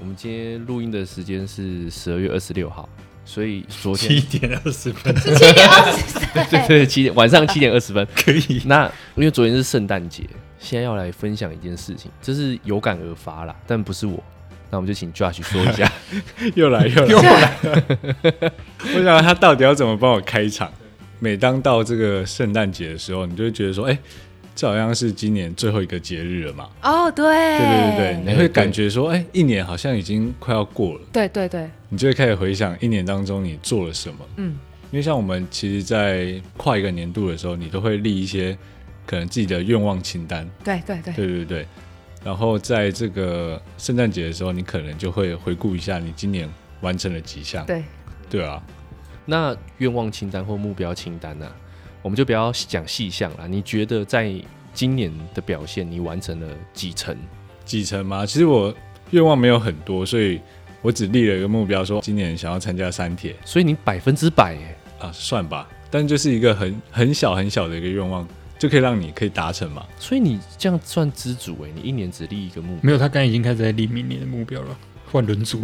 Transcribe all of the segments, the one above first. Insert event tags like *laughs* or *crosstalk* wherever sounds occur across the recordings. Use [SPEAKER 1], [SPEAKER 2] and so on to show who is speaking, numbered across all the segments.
[SPEAKER 1] 我们今天录音的时间是十二月二十六号，所以昨
[SPEAKER 2] 七
[SPEAKER 1] 天。
[SPEAKER 2] 点二十分
[SPEAKER 3] 是七点二十三
[SPEAKER 1] *laughs* 对对七点晚上七点二
[SPEAKER 4] *laughs*
[SPEAKER 1] 十分。
[SPEAKER 2] 可以。
[SPEAKER 1] 那因为昨天是圣诞节，现在要来分享一件事情，这是有感而发啦，但不是我。那我们就请 Josh 说
[SPEAKER 4] *laughs*
[SPEAKER 1] 一下，
[SPEAKER 2] *laughs*
[SPEAKER 1] 又来 *laughs* 又来，
[SPEAKER 2] 我想他到底要怎么帮我开场？每当到这个圣诞节的时候，你就会觉得说，哎、这好像是今年最后一个节日了嘛？
[SPEAKER 3] 哦，对，
[SPEAKER 2] 对对对对，你
[SPEAKER 1] 哎对
[SPEAKER 2] 会感觉说，哎、一年好像已经快要过了，
[SPEAKER 3] 对对对
[SPEAKER 2] 你就会开始回想一年当中你做了什么。
[SPEAKER 3] 嗯，
[SPEAKER 2] 因为像我们其实，在跨一个年度的时候，你都会立一些可能自己的愿望清单。
[SPEAKER 3] 对对对
[SPEAKER 2] 对对对。然后在这个圣诞节的时候，你可能就会回顾一下你今年完成了几项。
[SPEAKER 3] 对，
[SPEAKER 2] 对啊，
[SPEAKER 1] 那愿望清单或目标清单呢、我们就不要讲细项啦。你觉得在今年的表现，你完成了几成？
[SPEAKER 2] 几成吗？其实我愿望没有很多，所以我只立了一个目标，说今年想要参加三铁
[SPEAKER 1] 所以你百分之百耶，
[SPEAKER 2] 啊，算吧。但就是一个很很小很小的一个愿望，就可以让你可以达成
[SPEAKER 4] *laughs*
[SPEAKER 2] 嘛。
[SPEAKER 1] 所以你这样算知足哎，你一年只立一个目标。
[SPEAKER 4] 没有，他刚才已经开始在立明年的目标了，换轮组。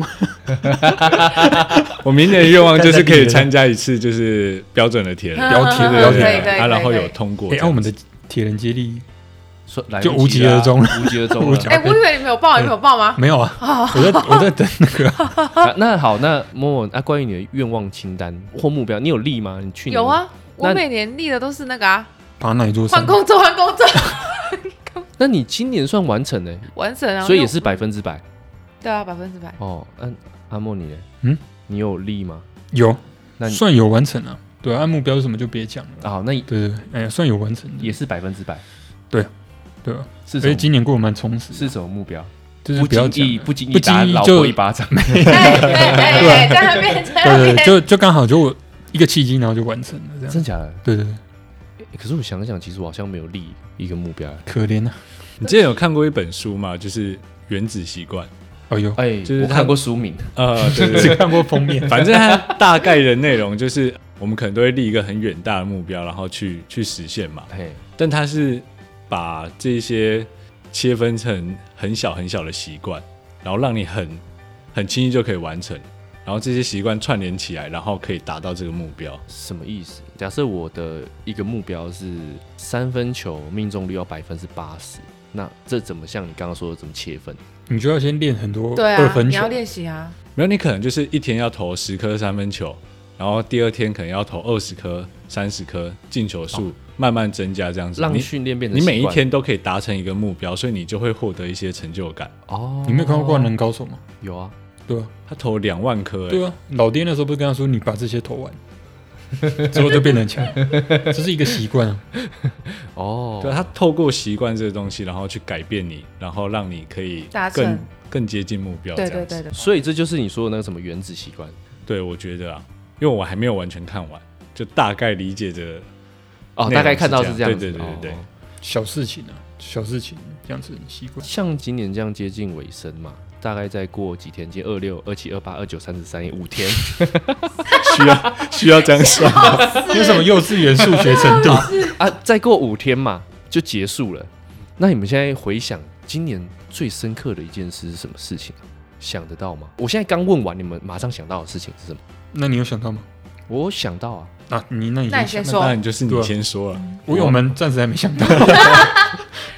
[SPEAKER 2] 我明年的愿望就是可以参加一次，就是标准的铁人，
[SPEAKER 4] 标题
[SPEAKER 3] 嗯
[SPEAKER 4] 标
[SPEAKER 3] 嗯
[SPEAKER 4] 题
[SPEAKER 3] 嗯对对对，
[SPEAKER 2] 啊，然后有
[SPEAKER 3] 对
[SPEAKER 2] 通过这
[SPEAKER 4] 哎、啊
[SPEAKER 2] 样。
[SPEAKER 4] 我们的铁人接力
[SPEAKER 1] 说来
[SPEAKER 4] 就
[SPEAKER 1] 不及了啊
[SPEAKER 4] 无疾而终了，
[SPEAKER 1] 无疾而终
[SPEAKER 4] 无 *laughs*
[SPEAKER 1] 了
[SPEAKER 4] 疾。
[SPEAKER 3] 哎，我以为你们有报，你们有报吗？
[SPEAKER 4] 没有啊，我在我在等那个，
[SPEAKER 1] 啊那好，那默默，那、关于你的愿望清单或目标，你有立吗？你去年
[SPEAKER 3] 有，啊，
[SPEAKER 1] 嗯那
[SPEAKER 3] 我每年立的都是那个啊，
[SPEAKER 4] 爬哪一座
[SPEAKER 3] 换
[SPEAKER 4] 山？
[SPEAKER 3] 工作换 *laughs* 工作，
[SPEAKER 1] 那你今年算完成呢，
[SPEAKER 3] 完整啊，
[SPEAKER 1] 所以也
[SPEAKER 3] 因为
[SPEAKER 1] 是百分之百
[SPEAKER 3] 对啊，百分之百。
[SPEAKER 1] 哦。嗯、阿莫你呢？
[SPEAKER 4] 嗯，
[SPEAKER 1] 你有立吗？
[SPEAKER 4] 有
[SPEAKER 1] 那，你
[SPEAKER 4] 算有完成了、对啊，按目标是什么就别讲了。
[SPEAKER 1] 啊，好那也
[SPEAKER 4] 对对对，哎、算有完成的，
[SPEAKER 1] 也是百分之百，
[SPEAKER 4] 对啊。
[SPEAKER 1] 是
[SPEAKER 4] 所以
[SPEAKER 1] 什么？
[SPEAKER 4] 今年过得蛮充实的，
[SPEAKER 1] 是什么目标？
[SPEAKER 4] 就是
[SPEAKER 1] 不
[SPEAKER 4] 不要
[SPEAKER 1] 经
[SPEAKER 4] 讲
[SPEAKER 1] 意
[SPEAKER 4] 了，
[SPEAKER 1] 不经意
[SPEAKER 4] 不
[SPEAKER 1] 打
[SPEAKER 4] 经意
[SPEAKER 1] 老
[SPEAKER 4] 就
[SPEAKER 1] 婆一巴掌，
[SPEAKER 3] 哎哎哎哎，在那边，在那
[SPEAKER 4] 对对对，
[SPEAKER 3] 边，
[SPEAKER 4] 就就刚好就我一个契机，然后就完成了这样。
[SPEAKER 1] 真假的？
[SPEAKER 4] 对对对，
[SPEAKER 1] 欸可是我想想，其实我好像没有立一个目标。
[SPEAKER 4] 可怜啊，
[SPEAKER 2] 你之前有看过一本书吗？就是《原子习惯》。
[SPEAKER 4] 哎呦，
[SPEAKER 1] 哎，
[SPEAKER 2] 就是
[SPEAKER 1] 我
[SPEAKER 2] 他
[SPEAKER 1] 看过书名，
[SPEAKER 4] *laughs*
[SPEAKER 2] 呃，对对对
[SPEAKER 4] 只看过封面，
[SPEAKER 2] 反正它大概的内容就是，我们可能都会立一个很远大的目标，然后去去实现嘛。
[SPEAKER 1] 嘿，
[SPEAKER 2] 但它是把这些切分成很小很小的习惯，然后让你很很轻易就可以完成，然后这些习惯串联起来，然后可以达到这个目标。
[SPEAKER 1] 什么意思？假设我的一个目标是三分球命中率要百分之八十，那这怎么像你刚刚说的怎么切分？
[SPEAKER 4] 你就要先练很多
[SPEAKER 3] 对
[SPEAKER 4] 二
[SPEAKER 3] 啊，
[SPEAKER 4] 分
[SPEAKER 3] 你
[SPEAKER 4] 球
[SPEAKER 3] 要，练习啊，
[SPEAKER 2] 没有，你可能就是一天要投十颗三分球，然后第二天可能要投二十颗、三十颗，进球数慢慢增加，这样子。
[SPEAKER 1] 让
[SPEAKER 2] 你
[SPEAKER 1] 训练变成
[SPEAKER 2] 你每
[SPEAKER 1] 习
[SPEAKER 2] 一
[SPEAKER 1] 惯
[SPEAKER 2] 天都可以达成一个目标，所以你就会获得一些成就感。
[SPEAKER 1] 哦，
[SPEAKER 4] 你没有看过《灌篮高手》吗？
[SPEAKER 1] *laughs* 有啊，
[SPEAKER 4] 对啊，
[SPEAKER 2] 他投两万颗、欸，
[SPEAKER 4] 对啊，老爹那时候不是跟他说，你把这些投完 *laughs* 之后就变得很强，这是一个习惯啊。
[SPEAKER 1] 哦，
[SPEAKER 2] 对，他啊透过习惯这个东西，然后去改变你，然后让你可以
[SPEAKER 3] 达成
[SPEAKER 2] 更更接近目标。
[SPEAKER 3] 对
[SPEAKER 2] 这
[SPEAKER 3] 对
[SPEAKER 2] 样子
[SPEAKER 3] 对对，
[SPEAKER 1] 所以这就是你说的那个什么原子习惯
[SPEAKER 2] 对我觉得啊，因为我还没有完全看完，就大概理解这个。
[SPEAKER 1] 哦，
[SPEAKER 2] 内容
[SPEAKER 1] 大概看到是
[SPEAKER 2] 是
[SPEAKER 1] 这
[SPEAKER 2] 这
[SPEAKER 1] 样
[SPEAKER 2] 样
[SPEAKER 1] 子，
[SPEAKER 2] 对对对对对
[SPEAKER 1] 哦哦
[SPEAKER 4] 小事情啊，小事情这样子很习惯。
[SPEAKER 1] 像今年这样接近尾声嘛，大概再过几天，今二六、二七、二八、二九、三十三，五天。 *laughs*
[SPEAKER 2] 需要需要这样
[SPEAKER 3] *laughs*
[SPEAKER 2] 说，
[SPEAKER 4] 有什么幼稚园数学程度？
[SPEAKER 1] 啊，再过五天嘛就结束了。那你们现在回想今年最深刻的一件事是什么事情啊、想得到吗？我现在刚问完，你们马上想到的事情是什么？
[SPEAKER 4] 那你有想到吗？
[SPEAKER 1] 我想到啊，
[SPEAKER 4] 啊，你那你
[SPEAKER 3] 那你
[SPEAKER 4] 想
[SPEAKER 3] 先
[SPEAKER 4] 到
[SPEAKER 3] 说
[SPEAKER 2] 当然就是
[SPEAKER 4] 对
[SPEAKER 2] 你
[SPEAKER 4] 啊
[SPEAKER 2] 先说了。
[SPEAKER 4] 我我们暂时还没想到。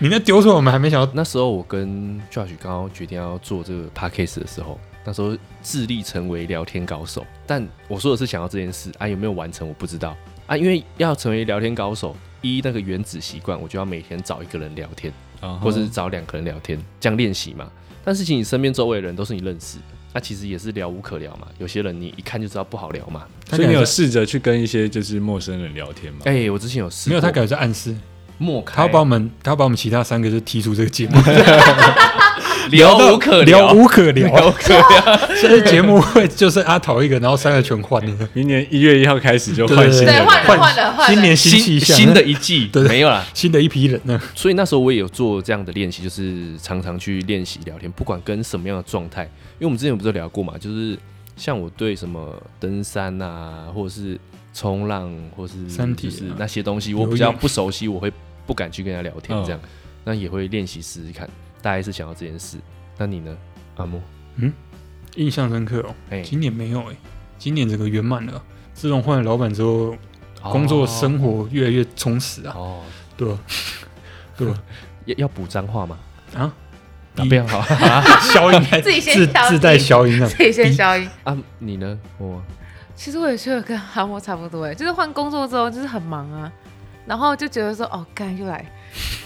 [SPEAKER 4] 你那丢出来我们还没想到，
[SPEAKER 1] 那时候我跟 Josh 刚刚决定要做这个 podcast 的时候，那时候致力成为聊天高手，但我说的是想要这件事啊，有没有完成我不知道啊，因为要成为聊天高手，一那个原子习惯，我就要每天找一个人聊天。
[SPEAKER 3] 啊
[SPEAKER 2] 然
[SPEAKER 4] 哦
[SPEAKER 2] 后
[SPEAKER 1] 或是找两个人聊天，这样练习嘛。但是其实你身边周围的人都是你认识的，那其实也是聊无可聊嘛。有些人你一看就知道不好聊嘛。
[SPEAKER 2] 所以你有试着去跟一些就是陌生人聊
[SPEAKER 3] *laughs*
[SPEAKER 2] 天吗？
[SPEAKER 1] 哎、我之前有试过，
[SPEAKER 4] 没有？他感觉在暗示，
[SPEAKER 1] 默
[SPEAKER 4] 他
[SPEAKER 1] 开
[SPEAKER 4] 要把我们，他要把我们其他三个就踢出这个节目，
[SPEAKER 1] *laughs* 聊无可聊，
[SPEAKER 4] 聊无可聊，聊可 *laughs* 聊。现在节目会就是阿桃一个，然后三个全换了。
[SPEAKER 2] 明年一月一号开始就换新
[SPEAKER 3] 对
[SPEAKER 2] 人，
[SPEAKER 3] 换了换了换了，
[SPEAKER 4] 新年哎新
[SPEAKER 1] 新
[SPEAKER 4] 气象，
[SPEAKER 1] 新的一季
[SPEAKER 4] *laughs* 对对
[SPEAKER 1] 没有啦。
[SPEAKER 4] 新的一批人嗯呢，
[SPEAKER 1] 所以那时候我也有做这样的练习，就是常常去练习聊天，不管跟什么样的状态，因为我们之前不是聊过嘛，就是像我对什么登山啊，或者是冲浪，或是
[SPEAKER 4] 山体
[SPEAKER 1] 就
[SPEAKER 4] 啊
[SPEAKER 1] 是那些东西，
[SPEAKER 4] 游
[SPEAKER 1] 我
[SPEAKER 4] 泳
[SPEAKER 1] 比较不熟悉，我会不敢去跟他聊天这样，那也会练习试试看，大概是想要这件事。那你呢，阿木？
[SPEAKER 4] 印象深刻哦。
[SPEAKER 1] 哎，
[SPEAKER 4] 今年没有哎、今年整个圆满了。自从换了老板之后，工作生活越来越充实啊，
[SPEAKER 1] 哦，
[SPEAKER 4] 对吧？对吧？
[SPEAKER 1] 要要补脏话吗？
[SPEAKER 4] 啊，
[SPEAKER 1] 啊，不要好 *laughs* 啊
[SPEAKER 4] 消音
[SPEAKER 3] *laughs*
[SPEAKER 4] 还
[SPEAKER 3] 自己先
[SPEAKER 4] 自
[SPEAKER 3] 消音
[SPEAKER 4] 自带消音啊，
[SPEAKER 3] 自己
[SPEAKER 4] *laughs*
[SPEAKER 3] 先消音。
[SPEAKER 1] 啊，你呢？我
[SPEAKER 3] 其实我也觉得跟韩国差不多哎，就是换工作之后就是很忙啊，然后就觉得说哦，干又来，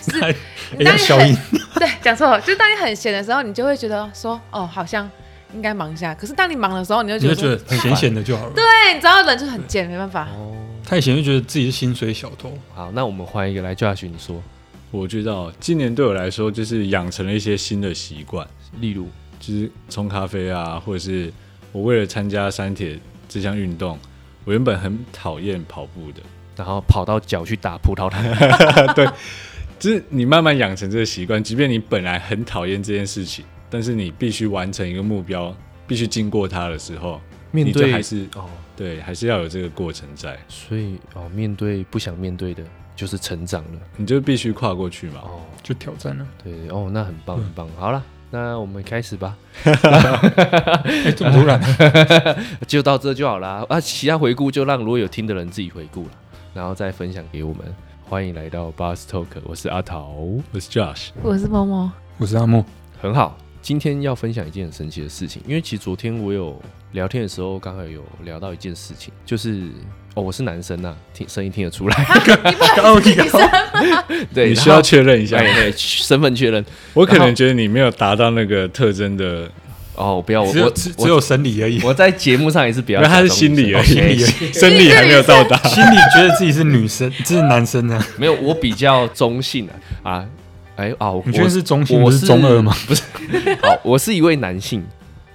[SPEAKER 3] 就是当
[SPEAKER 4] 哎
[SPEAKER 3] 你
[SPEAKER 4] 要
[SPEAKER 3] 很
[SPEAKER 4] 消音，
[SPEAKER 3] *laughs* 对，讲错了，就是当你很闲的时候，你就会觉得说哦，好像应该忙一下。可是当你忙的时候，你就
[SPEAKER 4] 你
[SPEAKER 3] 觉
[SPEAKER 4] 就
[SPEAKER 3] 得
[SPEAKER 4] 觉
[SPEAKER 3] 说
[SPEAKER 4] 得闲闲的就好了。
[SPEAKER 3] 对，你啊知道人就很贱，没办法。
[SPEAKER 1] 哦，
[SPEAKER 4] 太闲就觉得自己是薪水小偷，
[SPEAKER 1] 好，那我们换一个来 Josh，你说，
[SPEAKER 2] 我知道，今年对我来说就是养成了一些新的习惯，
[SPEAKER 1] 例如
[SPEAKER 2] 就是冲咖啡啊，或者是我为了参加山铁这项运动，我原本很讨厌跑步的，
[SPEAKER 1] 然后跑到脚去打葡萄糖， *laughs*
[SPEAKER 2] 就是你慢慢养成这个习惯，即便你本来很讨厌这件事情，但是你必须完成一个目标，必须经过它的时候，
[SPEAKER 1] 面
[SPEAKER 2] 你就
[SPEAKER 1] 对
[SPEAKER 2] 还是
[SPEAKER 1] 哦，
[SPEAKER 2] 对，还是要有这个过程在，
[SPEAKER 1] 所以哦，面对不想面对的，就是成长了
[SPEAKER 2] 你就必须跨过去嘛。
[SPEAKER 1] 哦。
[SPEAKER 4] 就挑战了。
[SPEAKER 1] 对哦，那很棒，很棒。好了，那我们开始吧， *laughs*
[SPEAKER 4] 哎，这么突然，
[SPEAKER 1] 就到这就好啦。啊，其他回顾就让如果有听的人自己回顾了，然后再分享给我们。欢迎来到 Bus Talk，我是阿桃，
[SPEAKER 2] 我是 Josh，
[SPEAKER 3] 我是某
[SPEAKER 4] *laughs*
[SPEAKER 3] 某，
[SPEAKER 4] 我是
[SPEAKER 3] *laughs*
[SPEAKER 4] 阿莫，
[SPEAKER 1] 很好。今天要分享一件很神奇的事情，因为其实昨天我有聊天的时候，刚好有聊到一件事情，就是哦，我是男生呐、听声音听得出 *laughs* 来，
[SPEAKER 4] 高级
[SPEAKER 3] 你是
[SPEAKER 1] 对，
[SPEAKER 2] 你
[SPEAKER 1] 然
[SPEAKER 2] 需要
[SPEAKER 1] 后
[SPEAKER 2] 确认一下
[SPEAKER 1] 对，对哎身份确认。
[SPEAKER 2] 我可
[SPEAKER 1] 然后
[SPEAKER 2] 能觉得你没有达到那个特征的，
[SPEAKER 1] 哦，不要我
[SPEAKER 4] 只有
[SPEAKER 1] 我
[SPEAKER 4] 只只
[SPEAKER 1] 我
[SPEAKER 4] 有生理而已，
[SPEAKER 1] 我在节目上也是比
[SPEAKER 2] 因
[SPEAKER 1] 较
[SPEAKER 2] 为他
[SPEAKER 1] 假
[SPEAKER 2] 是
[SPEAKER 1] 装
[SPEAKER 2] 心
[SPEAKER 1] 女生
[SPEAKER 2] 理而
[SPEAKER 1] 哦
[SPEAKER 2] 已，
[SPEAKER 4] 心理
[SPEAKER 2] *laughs*
[SPEAKER 4] 而
[SPEAKER 2] 生理还没有到达。
[SPEAKER 4] 心里觉得自己是女生，这是男生啊呢？
[SPEAKER 1] 没有，我比较中性啊啊，哎啊，我
[SPEAKER 4] 你觉得是中性
[SPEAKER 1] 我
[SPEAKER 4] 不是中二吗？？
[SPEAKER 1] 不是，好，我是一位男性。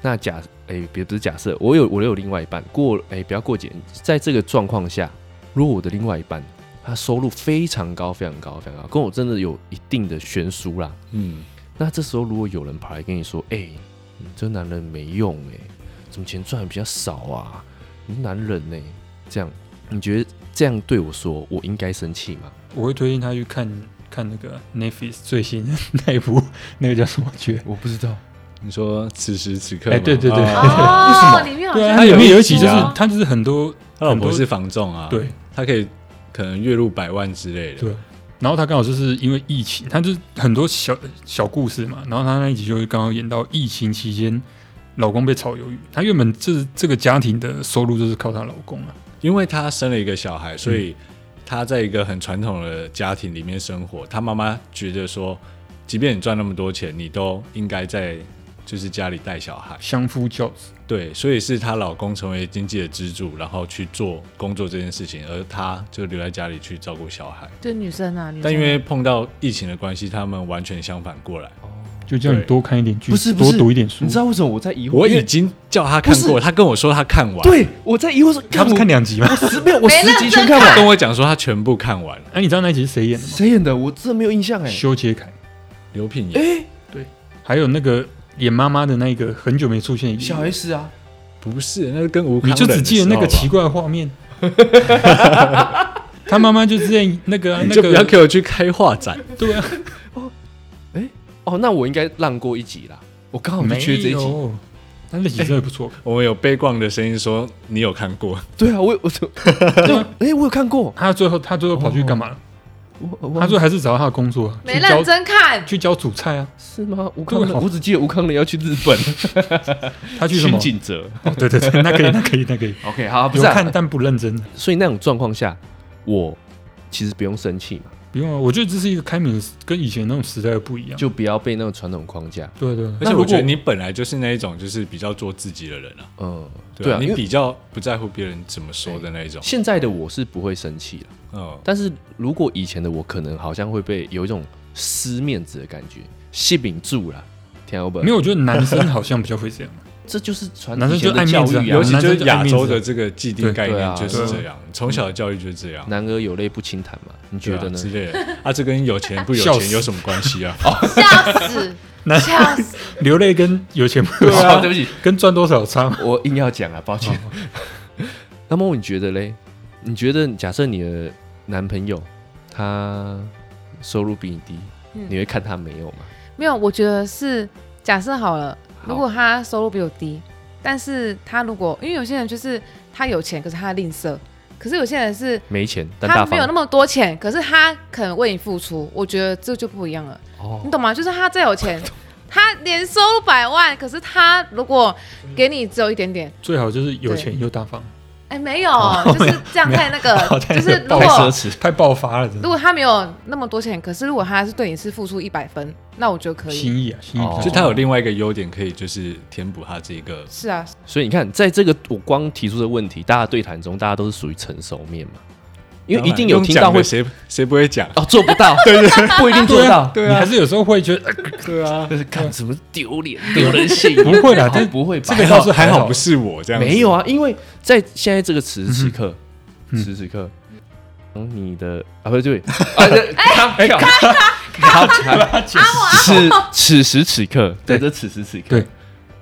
[SPEAKER 1] 那假哎，别不是假设，我有我有另外一半过哎，不要过节。在这个状况下，如果我的另外一半他收入非常高、非常高、非常高，跟我真的有一定的悬殊啦，
[SPEAKER 2] 嗯，
[SPEAKER 1] 那这时候如果有人跑来跟你说：“哎、你这男人没用哎、怎么钱赚的比较少啊？你是男人呢、这样你觉得这样对我说，我应该生气吗？
[SPEAKER 4] 我会推荐他去看看那个 Netflix 最新 *laughs* 的那一部，那个叫什么剧？
[SPEAKER 1] 我不知道。
[SPEAKER 2] 你说此时此刻吗，
[SPEAKER 4] 哎对对对
[SPEAKER 2] 啊
[SPEAKER 4] *laughs*
[SPEAKER 3] 哦，里面好
[SPEAKER 4] 对啊，
[SPEAKER 3] 像
[SPEAKER 4] 它里面有一
[SPEAKER 3] *laughs*
[SPEAKER 4] 集就是
[SPEAKER 2] 有一集啊
[SPEAKER 4] 他就是很多
[SPEAKER 2] 他老婆
[SPEAKER 4] 很多
[SPEAKER 2] 是房仲啊，
[SPEAKER 4] 对，
[SPEAKER 2] 他可以可能月入百万之类的。
[SPEAKER 4] 对，然后他刚好就是因为疫情，他就是很多小小故事嘛，然后他那一集就会刚好演到疫情期间，老公被炒鱿鱼，他原本这这个家庭的收入就是靠她老公啊，
[SPEAKER 2] 因为她生了一个小孩，所以
[SPEAKER 4] 嗯
[SPEAKER 2] 她在一个很传统的家庭里面生活。她妈妈觉得说，即便你赚那么多钱，你都应该在就是家里带小孩。
[SPEAKER 4] 相夫教子，
[SPEAKER 2] 对，所以是她老公成为经济的支柱，然后去做工作这件事情，而她就留在家里去照顾小孩。
[SPEAKER 3] 就是女生
[SPEAKER 4] 嗯
[SPEAKER 3] 啊，女生。
[SPEAKER 2] 但因为碰到疫情的关系，他们完全相反过来。
[SPEAKER 4] 就叫你
[SPEAKER 2] 对
[SPEAKER 4] 多看一点剧，
[SPEAKER 1] 不是不
[SPEAKER 4] 多
[SPEAKER 1] 是
[SPEAKER 4] 读一点书
[SPEAKER 1] 你知。道为什么我在疑惑？
[SPEAKER 2] 我
[SPEAKER 1] 因为
[SPEAKER 2] 已经叫他看
[SPEAKER 1] 不
[SPEAKER 2] 过，他跟我说他看完，，
[SPEAKER 1] 对我在疑惑说，
[SPEAKER 4] 他
[SPEAKER 1] 看
[SPEAKER 4] 不
[SPEAKER 1] 我
[SPEAKER 4] 是看
[SPEAKER 1] *laughs*
[SPEAKER 4] 两集吗？
[SPEAKER 1] 十没有，我
[SPEAKER 3] 没
[SPEAKER 1] 十集全
[SPEAKER 3] 认真
[SPEAKER 1] 看
[SPEAKER 2] 他
[SPEAKER 1] 完。
[SPEAKER 2] 跟我讲说他全部看完了。
[SPEAKER 4] 哎、你知道那一集是谁演的吗？
[SPEAKER 1] 谁演的？我真的没有印象哎。
[SPEAKER 4] 修杰楷，
[SPEAKER 2] 刘品言
[SPEAKER 1] 哎，
[SPEAKER 4] 还有那个演妈妈的那个很久没出现的演员
[SPEAKER 1] 小 S 啊，
[SPEAKER 2] 不是，那是跟吴康
[SPEAKER 4] 你就
[SPEAKER 2] 仁的
[SPEAKER 4] 只记得那
[SPEAKER 2] 时
[SPEAKER 4] 个
[SPEAKER 2] 候吧啊
[SPEAKER 4] 奇怪的画面。 *laughs* 他妈妈就之前那个
[SPEAKER 2] *laughs*
[SPEAKER 4] 啊、
[SPEAKER 2] 你
[SPEAKER 4] 那
[SPEAKER 2] 就不要
[SPEAKER 4] 个
[SPEAKER 2] 给我去开画展。
[SPEAKER 4] 对啊，
[SPEAKER 1] 哦，那我应该让过一集啦。我刚好就
[SPEAKER 4] 没
[SPEAKER 1] 缺这一集。
[SPEAKER 4] 有，但那集真的不错。
[SPEAKER 2] 我们有悲观的声音说你有看过，
[SPEAKER 1] 对啊，我我就哎，我有看过。
[SPEAKER 4] 他最后他最后跑去干嘛？
[SPEAKER 1] 我我
[SPEAKER 4] 他最后还是找到他的工作啊，
[SPEAKER 3] 没
[SPEAKER 4] 去教
[SPEAKER 3] 认真
[SPEAKER 4] *laughs*
[SPEAKER 3] 看，
[SPEAKER 4] 去教煮菜啊。
[SPEAKER 1] 是吗？吴康
[SPEAKER 4] 对
[SPEAKER 1] 仁，
[SPEAKER 4] 啊
[SPEAKER 1] 我只记得吴康仁要去日本，
[SPEAKER 4] 他去什么？
[SPEAKER 1] 景泽。
[SPEAKER 4] 哦对对对，那可以，那可以，那可以。
[SPEAKER 1] OK，好，不
[SPEAKER 4] 有
[SPEAKER 1] 是啊、
[SPEAKER 4] 看但不认真，
[SPEAKER 1] 所以那种状况下，我其实不用生气嘛，
[SPEAKER 4] 不用啊。我觉得这是一个开明的时，跟以前那种时代的不一样。
[SPEAKER 1] 就不要被那种传统框架。
[SPEAKER 4] 对对，对
[SPEAKER 2] 而
[SPEAKER 4] 那
[SPEAKER 2] 且
[SPEAKER 4] 如
[SPEAKER 2] 我觉
[SPEAKER 4] 果
[SPEAKER 2] 得你本来就是那一种就是比较做自己的人啊，
[SPEAKER 1] 嗯，
[SPEAKER 2] 对
[SPEAKER 1] 对
[SPEAKER 2] 啊，
[SPEAKER 1] 啊，因
[SPEAKER 2] 你
[SPEAKER 1] 为
[SPEAKER 2] 比较不在乎别人怎么说的那一种，
[SPEAKER 1] 现在的我是不会生气了。
[SPEAKER 2] 嗯，
[SPEAKER 1] 但是如果以前的我，可能好像会被有一种撕面子的感觉，吸引住了。听我本
[SPEAKER 4] 没有，我觉得男生好像比较会这样。
[SPEAKER 1] 这就是传
[SPEAKER 4] 男生
[SPEAKER 1] 以前
[SPEAKER 4] 就爱
[SPEAKER 1] 的教
[SPEAKER 4] 面子啊
[SPEAKER 1] 育
[SPEAKER 2] 尤
[SPEAKER 1] 啊
[SPEAKER 2] 其，
[SPEAKER 4] 男
[SPEAKER 2] 就
[SPEAKER 4] 生
[SPEAKER 2] 是
[SPEAKER 4] 就
[SPEAKER 2] 亚
[SPEAKER 4] 爱面
[SPEAKER 2] 洲
[SPEAKER 4] 子
[SPEAKER 2] 的这个既定概
[SPEAKER 1] 对
[SPEAKER 2] 念
[SPEAKER 1] 啊
[SPEAKER 2] 就是
[SPEAKER 4] 对
[SPEAKER 2] 这
[SPEAKER 4] 啊
[SPEAKER 2] 样，从小的教育就是这样，
[SPEAKER 1] 男儿有泪不轻弹嘛，你觉
[SPEAKER 2] 对啊
[SPEAKER 1] 得呢？哦
[SPEAKER 2] 之类的啊，这跟有钱不有
[SPEAKER 4] 笑
[SPEAKER 2] 钱
[SPEAKER 4] 死
[SPEAKER 2] 有什么关系啊？
[SPEAKER 3] 笑
[SPEAKER 4] *laughs*
[SPEAKER 3] 死，笑死。
[SPEAKER 4] 流泪跟有钱不有 *laughs*
[SPEAKER 1] 对啊，
[SPEAKER 4] 差，
[SPEAKER 1] 对不起，
[SPEAKER 4] 跟赚多少有差吗？
[SPEAKER 1] 我硬要讲啊，抱歉。
[SPEAKER 2] 哦
[SPEAKER 1] *laughs* 那么你觉得嘞？你觉得假设你的男朋友他收入比你低，
[SPEAKER 3] 嗯
[SPEAKER 1] 你会看他没有吗？
[SPEAKER 3] 没有，我觉得是假设好了，如果他收入比我低，但是他如果因为有些人就是他有钱，可是他吝啬，可是有些人是
[SPEAKER 1] 没钱但
[SPEAKER 3] 他
[SPEAKER 1] 大
[SPEAKER 3] 没有
[SPEAKER 1] 方
[SPEAKER 3] 那。么多钱，可是他肯为你付出，我觉得这就不一样了，
[SPEAKER 1] 哦
[SPEAKER 3] 你懂吗？就是他再有
[SPEAKER 4] *laughs*
[SPEAKER 3] 钱，他年收入百万，可是他如果给你只有一点点，
[SPEAKER 4] 最好就是有钱又大方，
[SPEAKER 3] 哎，没有，就是这样太那个
[SPEAKER 4] 哦 *laughs* 没有，太
[SPEAKER 3] 就是如
[SPEAKER 1] 太奢
[SPEAKER 3] 果
[SPEAKER 1] 侈，
[SPEAKER 4] 太爆发了，真
[SPEAKER 3] 如
[SPEAKER 4] 的。
[SPEAKER 3] 果他没有那么多钱，可是如果他是对你是付出一百分，那我觉得可以。
[SPEAKER 4] 心意啊，心意比较
[SPEAKER 1] 哦
[SPEAKER 4] 重要，
[SPEAKER 2] 就他有另外一个优点，可以就是填补他这个
[SPEAKER 3] 是啊，
[SPEAKER 1] 所以你看，在这个我光提出的问题，大家对谈中，大家都是属于成熟面嘛，因为一定有听到
[SPEAKER 2] 当然
[SPEAKER 1] 会
[SPEAKER 2] 用讲的谁谁不会讲？
[SPEAKER 1] 哦做不
[SPEAKER 2] *laughs*
[SPEAKER 1] 到，对对，不一定做
[SPEAKER 4] 对
[SPEAKER 1] 到
[SPEAKER 4] 啊，，你还是有时候会觉得，呃
[SPEAKER 2] 对啊，
[SPEAKER 1] 就是看什么丢脸、丢人现眼，
[SPEAKER 4] 不会
[SPEAKER 1] *laughs*
[SPEAKER 4] 啦
[SPEAKER 1] 好
[SPEAKER 4] 这
[SPEAKER 1] 不会吧？
[SPEAKER 2] 这个倒是还好，不是我这样。
[SPEAKER 1] 没有，啊，因为在现在这个此时此刻，
[SPEAKER 4] 嗯
[SPEAKER 1] 此时此刻，嗯，你的啊，不是对，啊，这他哎，他他此此时此刻，对，
[SPEAKER 4] 对
[SPEAKER 1] 这此时此刻，
[SPEAKER 4] 对，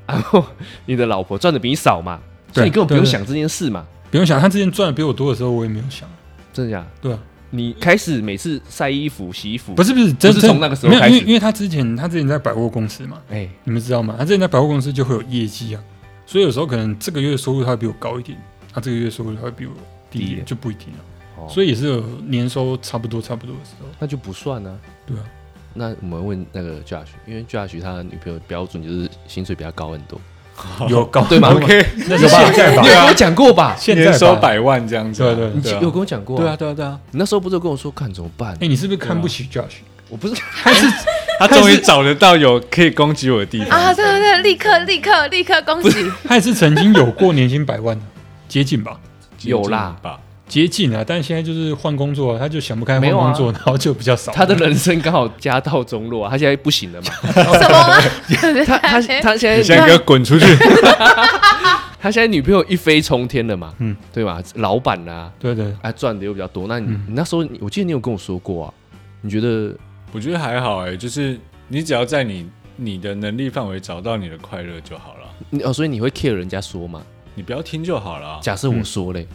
[SPEAKER 1] 然后你的老婆赚的比你少嘛，所以你
[SPEAKER 4] 对
[SPEAKER 1] 根本不用
[SPEAKER 4] 对对
[SPEAKER 1] 想这件事嘛，
[SPEAKER 4] 不用想，他之前赚的比我多的时候，我也没有想，
[SPEAKER 1] 真的假的？
[SPEAKER 4] 对啊，
[SPEAKER 1] 你开始每次晒衣服、洗衣服，
[SPEAKER 4] 不是不是，真
[SPEAKER 1] 是
[SPEAKER 4] 真
[SPEAKER 1] 从那个时候
[SPEAKER 4] 没有，
[SPEAKER 1] 开
[SPEAKER 4] 因
[SPEAKER 1] 始
[SPEAKER 4] 为因为他之前他之前在百货公司嘛，
[SPEAKER 1] 哎，
[SPEAKER 4] 你们知道吗？他之前在百货公司就会有业绩啊，所以有时候可能这个月收入他会比我高一点，他这个月收入他会比我
[SPEAKER 1] 低
[SPEAKER 4] 低一
[SPEAKER 1] 一点
[SPEAKER 4] 点，就不一定了、
[SPEAKER 1] 哦
[SPEAKER 4] 所以也是有年收差不多差不多的时候，
[SPEAKER 1] 那就不算呢。
[SPEAKER 4] 对啊，
[SPEAKER 1] 那我们问那个 Josh，因为 Josh 他的女朋友标准就是薪水比较高很多，
[SPEAKER 4] 有高
[SPEAKER 1] 对吗
[SPEAKER 2] OK，
[SPEAKER 4] 那是现在吧
[SPEAKER 1] 你有？跟我讲过吧？
[SPEAKER 4] 现
[SPEAKER 2] 年
[SPEAKER 4] 在
[SPEAKER 2] 收
[SPEAKER 4] 吧？
[SPEAKER 2] 百万这样子啊，
[SPEAKER 4] 对对
[SPEAKER 1] 你
[SPEAKER 2] 对啊，
[SPEAKER 1] 有跟我讲过？
[SPEAKER 2] 对啊，，对啊，对啊，
[SPEAKER 1] 你那时候不是跟我说看怎么办
[SPEAKER 4] 哎、？你是不是看不起 Josh？
[SPEAKER 1] 我
[SPEAKER 3] *laughs*
[SPEAKER 1] 不是，
[SPEAKER 4] 还是
[SPEAKER 2] *laughs* 他终于找得到有可以攻击我的地
[SPEAKER 3] 啊，
[SPEAKER 2] 方。
[SPEAKER 3] 对对对，立
[SPEAKER 4] 嗯
[SPEAKER 3] 刻立刻立刻恭喜！
[SPEAKER 4] 他也是曾经有过年薪百万的，接近吧，
[SPEAKER 1] *laughs* 有啦
[SPEAKER 2] 吧？
[SPEAKER 4] 接近啊，但现在就是换工作啊，他就想不开
[SPEAKER 1] 没有
[SPEAKER 4] 换
[SPEAKER 1] 啊
[SPEAKER 4] 工作，然后就比较少。
[SPEAKER 1] 他的人生刚好家道中落啊，他现在不行
[SPEAKER 3] *laughs*
[SPEAKER 1] 了嘛。
[SPEAKER 3] 什么啊吗？
[SPEAKER 1] 他
[SPEAKER 3] *laughs*
[SPEAKER 1] 他他现
[SPEAKER 2] 你现
[SPEAKER 1] 在
[SPEAKER 2] 在给我
[SPEAKER 1] *laughs*
[SPEAKER 2] 滚出去！
[SPEAKER 1] 他现在女朋友一飞冲天了嘛，嗯
[SPEAKER 4] 嗯，
[SPEAKER 1] 对吧？老板啊，
[SPEAKER 4] 对对，
[SPEAKER 1] 啊赚的又比较多。那你
[SPEAKER 4] 嗯
[SPEAKER 1] 你那时候你，我记得你有跟我说过啊，你觉得
[SPEAKER 2] 我觉得还好哎，就是你只要在你你的能力范围找到你的快乐就好了，
[SPEAKER 1] 你哦，所以你会 care 人家说嘛？
[SPEAKER 2] 你不要听就好了。
[SPEAKER 1] 假设我说嘞，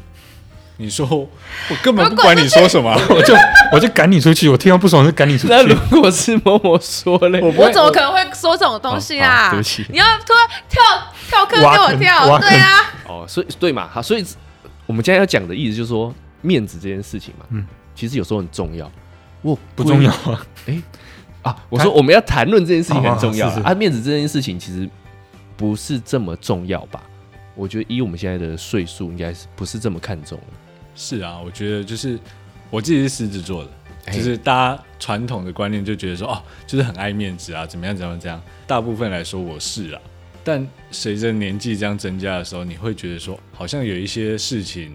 [SPEAKER 2] 你说我根本不管你说什么啊，
[SPEAKER 4] 我就 *laughs* 我就赶你出去，我听到不爽就赶你出去。
[SPEAKER 1] *laughs* 那如果是某某说嘞，
[SPEAKER 2] 我不
[SPEAKER 3] 我
[SPEAKER 2] 会
[SPEAKER 3] 怎么可能会说这种东西
[SPEAKER 1] 哦好
[SPEAKER 3] 啊？
[SPEAKER 1] 对不起
[SPEAKER 3] 你要突然跳跳坑给我跳，
[SPEAKER 4] 挖坑
[SPEAKER 3] 对啊，
[SPEAKER 1] 哦，所以对嘛，好，所以我们今天要讲的意思就是说，面子这件事情嘛，嗯
[SPEAKER 4] 嗯，
[SPEAKER 1] 其实有时候很重要。我
[SPEAKER 4] 不重要啊，
[SPEAKER 1] 啊，我说我们要谈论这件事情很重要
[SPEAKER 4] 哦
[SPEAKER 1] 啊
[SPEAKER 4] 是是
[SPEAKER 1] 啊，面子这件事情其实不是这么重要吧？我觉得以我们现在的岁数，应该是不是这么看重的
[SPEAKER 2] 是啊，我觉得就是我自己是狮子座的，
[SPEAKER 1] 哎
[SPEAKER 2] 就是大家传统的观念就觉得说哦，就是很爱面子啊，怎么样怎么样怎么样。大部分来说我是啊，但随着年纪这样增加的时候，你会觉得说好像有一些事情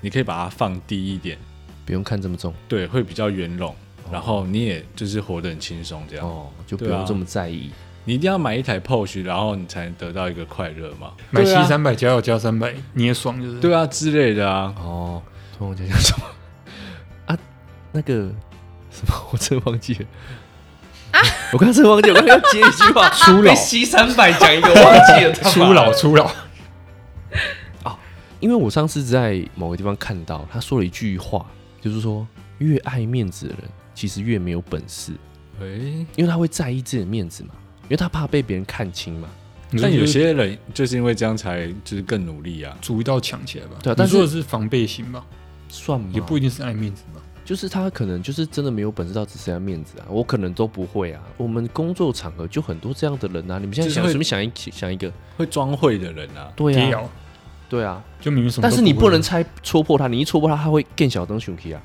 [SPEAKER 2] 你可以把它放低一点，
[SPEAKER 1] 不用看这么重
[SPEAKER 2] 对，会比较圆融，然后你也就是活得很轻松这样。
[SPEAKER 1] 哦，就不
[SPEAKER 2] 对
[SPEAKER 1] 用
[SPEAKER 2] 啊
[SPEAKER 1] 这么在意。
[SPEAKER 2] 你一定要买一台 Porsche，然后你才能得到一个快乐嘛？
[SPEAKER 1] 哦
[SPEAKER 4] 买
[SPEAKER 2] 对
[SPEAKER 4] 七
[SPEAKER 2] 啊
[SPEAKER 4] 三百加油加三百，你也爽就是。
[SPEAKER 2] 对啊之类的啊。
[SPEAKER 1] 哦，突然我讲讲什么 *laughs* 啊？那个什么，我真的忘记了。我刚刚真的忘记了，我刚刚要接一句话， *laughs*
[SPEAKER 4] 初老
[SPEAKER 1] 啊被西三百讲一个我忘记了他妈的，
[SPEAKER 4] 初老
[SPEAKER 1] *laughs*
[SPEAKER 4] 初老，
[SPEAKER 1] 因为我上次在某个地方看到他说了一句话，就是说越爱面子的人其实越没有本事，
[SPEAKER 2] 诶，
[SPEAKER 1] 因为他会在意自己的面子嘛，因为他怕被别人看清嘛。
[SPEAKER 2] 但有些人就是因为这样才就是更努力啊。
[SPEAKER 4] 主一道抢起来吧。
[SPEAKER 1] 对啊但
[SPEAKER 4] 你
[SPEAKER 1] 是
[SPEAKER 4] 说的是防备心吧，
[SPEAKER 1] 算吗？
[SPEAKER 4] 也不一定是爱面子吧。
[SPEAKER 1] 就是他可能就是真的没有本事到只剩下面子啊，我可能都不会啊。我们工作场合就很多这样的人啊，你们现在想
[SPEAKER 2] 就是会
[SPEAKER 1] 随便想一想一个，
[SPEAKER 2] 会装会的人啊，
[SPEAKER 1] 对
[SPEAKER 4] 也
[SPEAKER 1] 啊，
[SPEAKER 4] 有，
[SPEAKER 1] 对啊，
[SPEAKER 4] 就明明什么，
[SPEAKER 1] 但是你不能。拆戳破他，你一戳破他，他会更小灯熊 k 啊，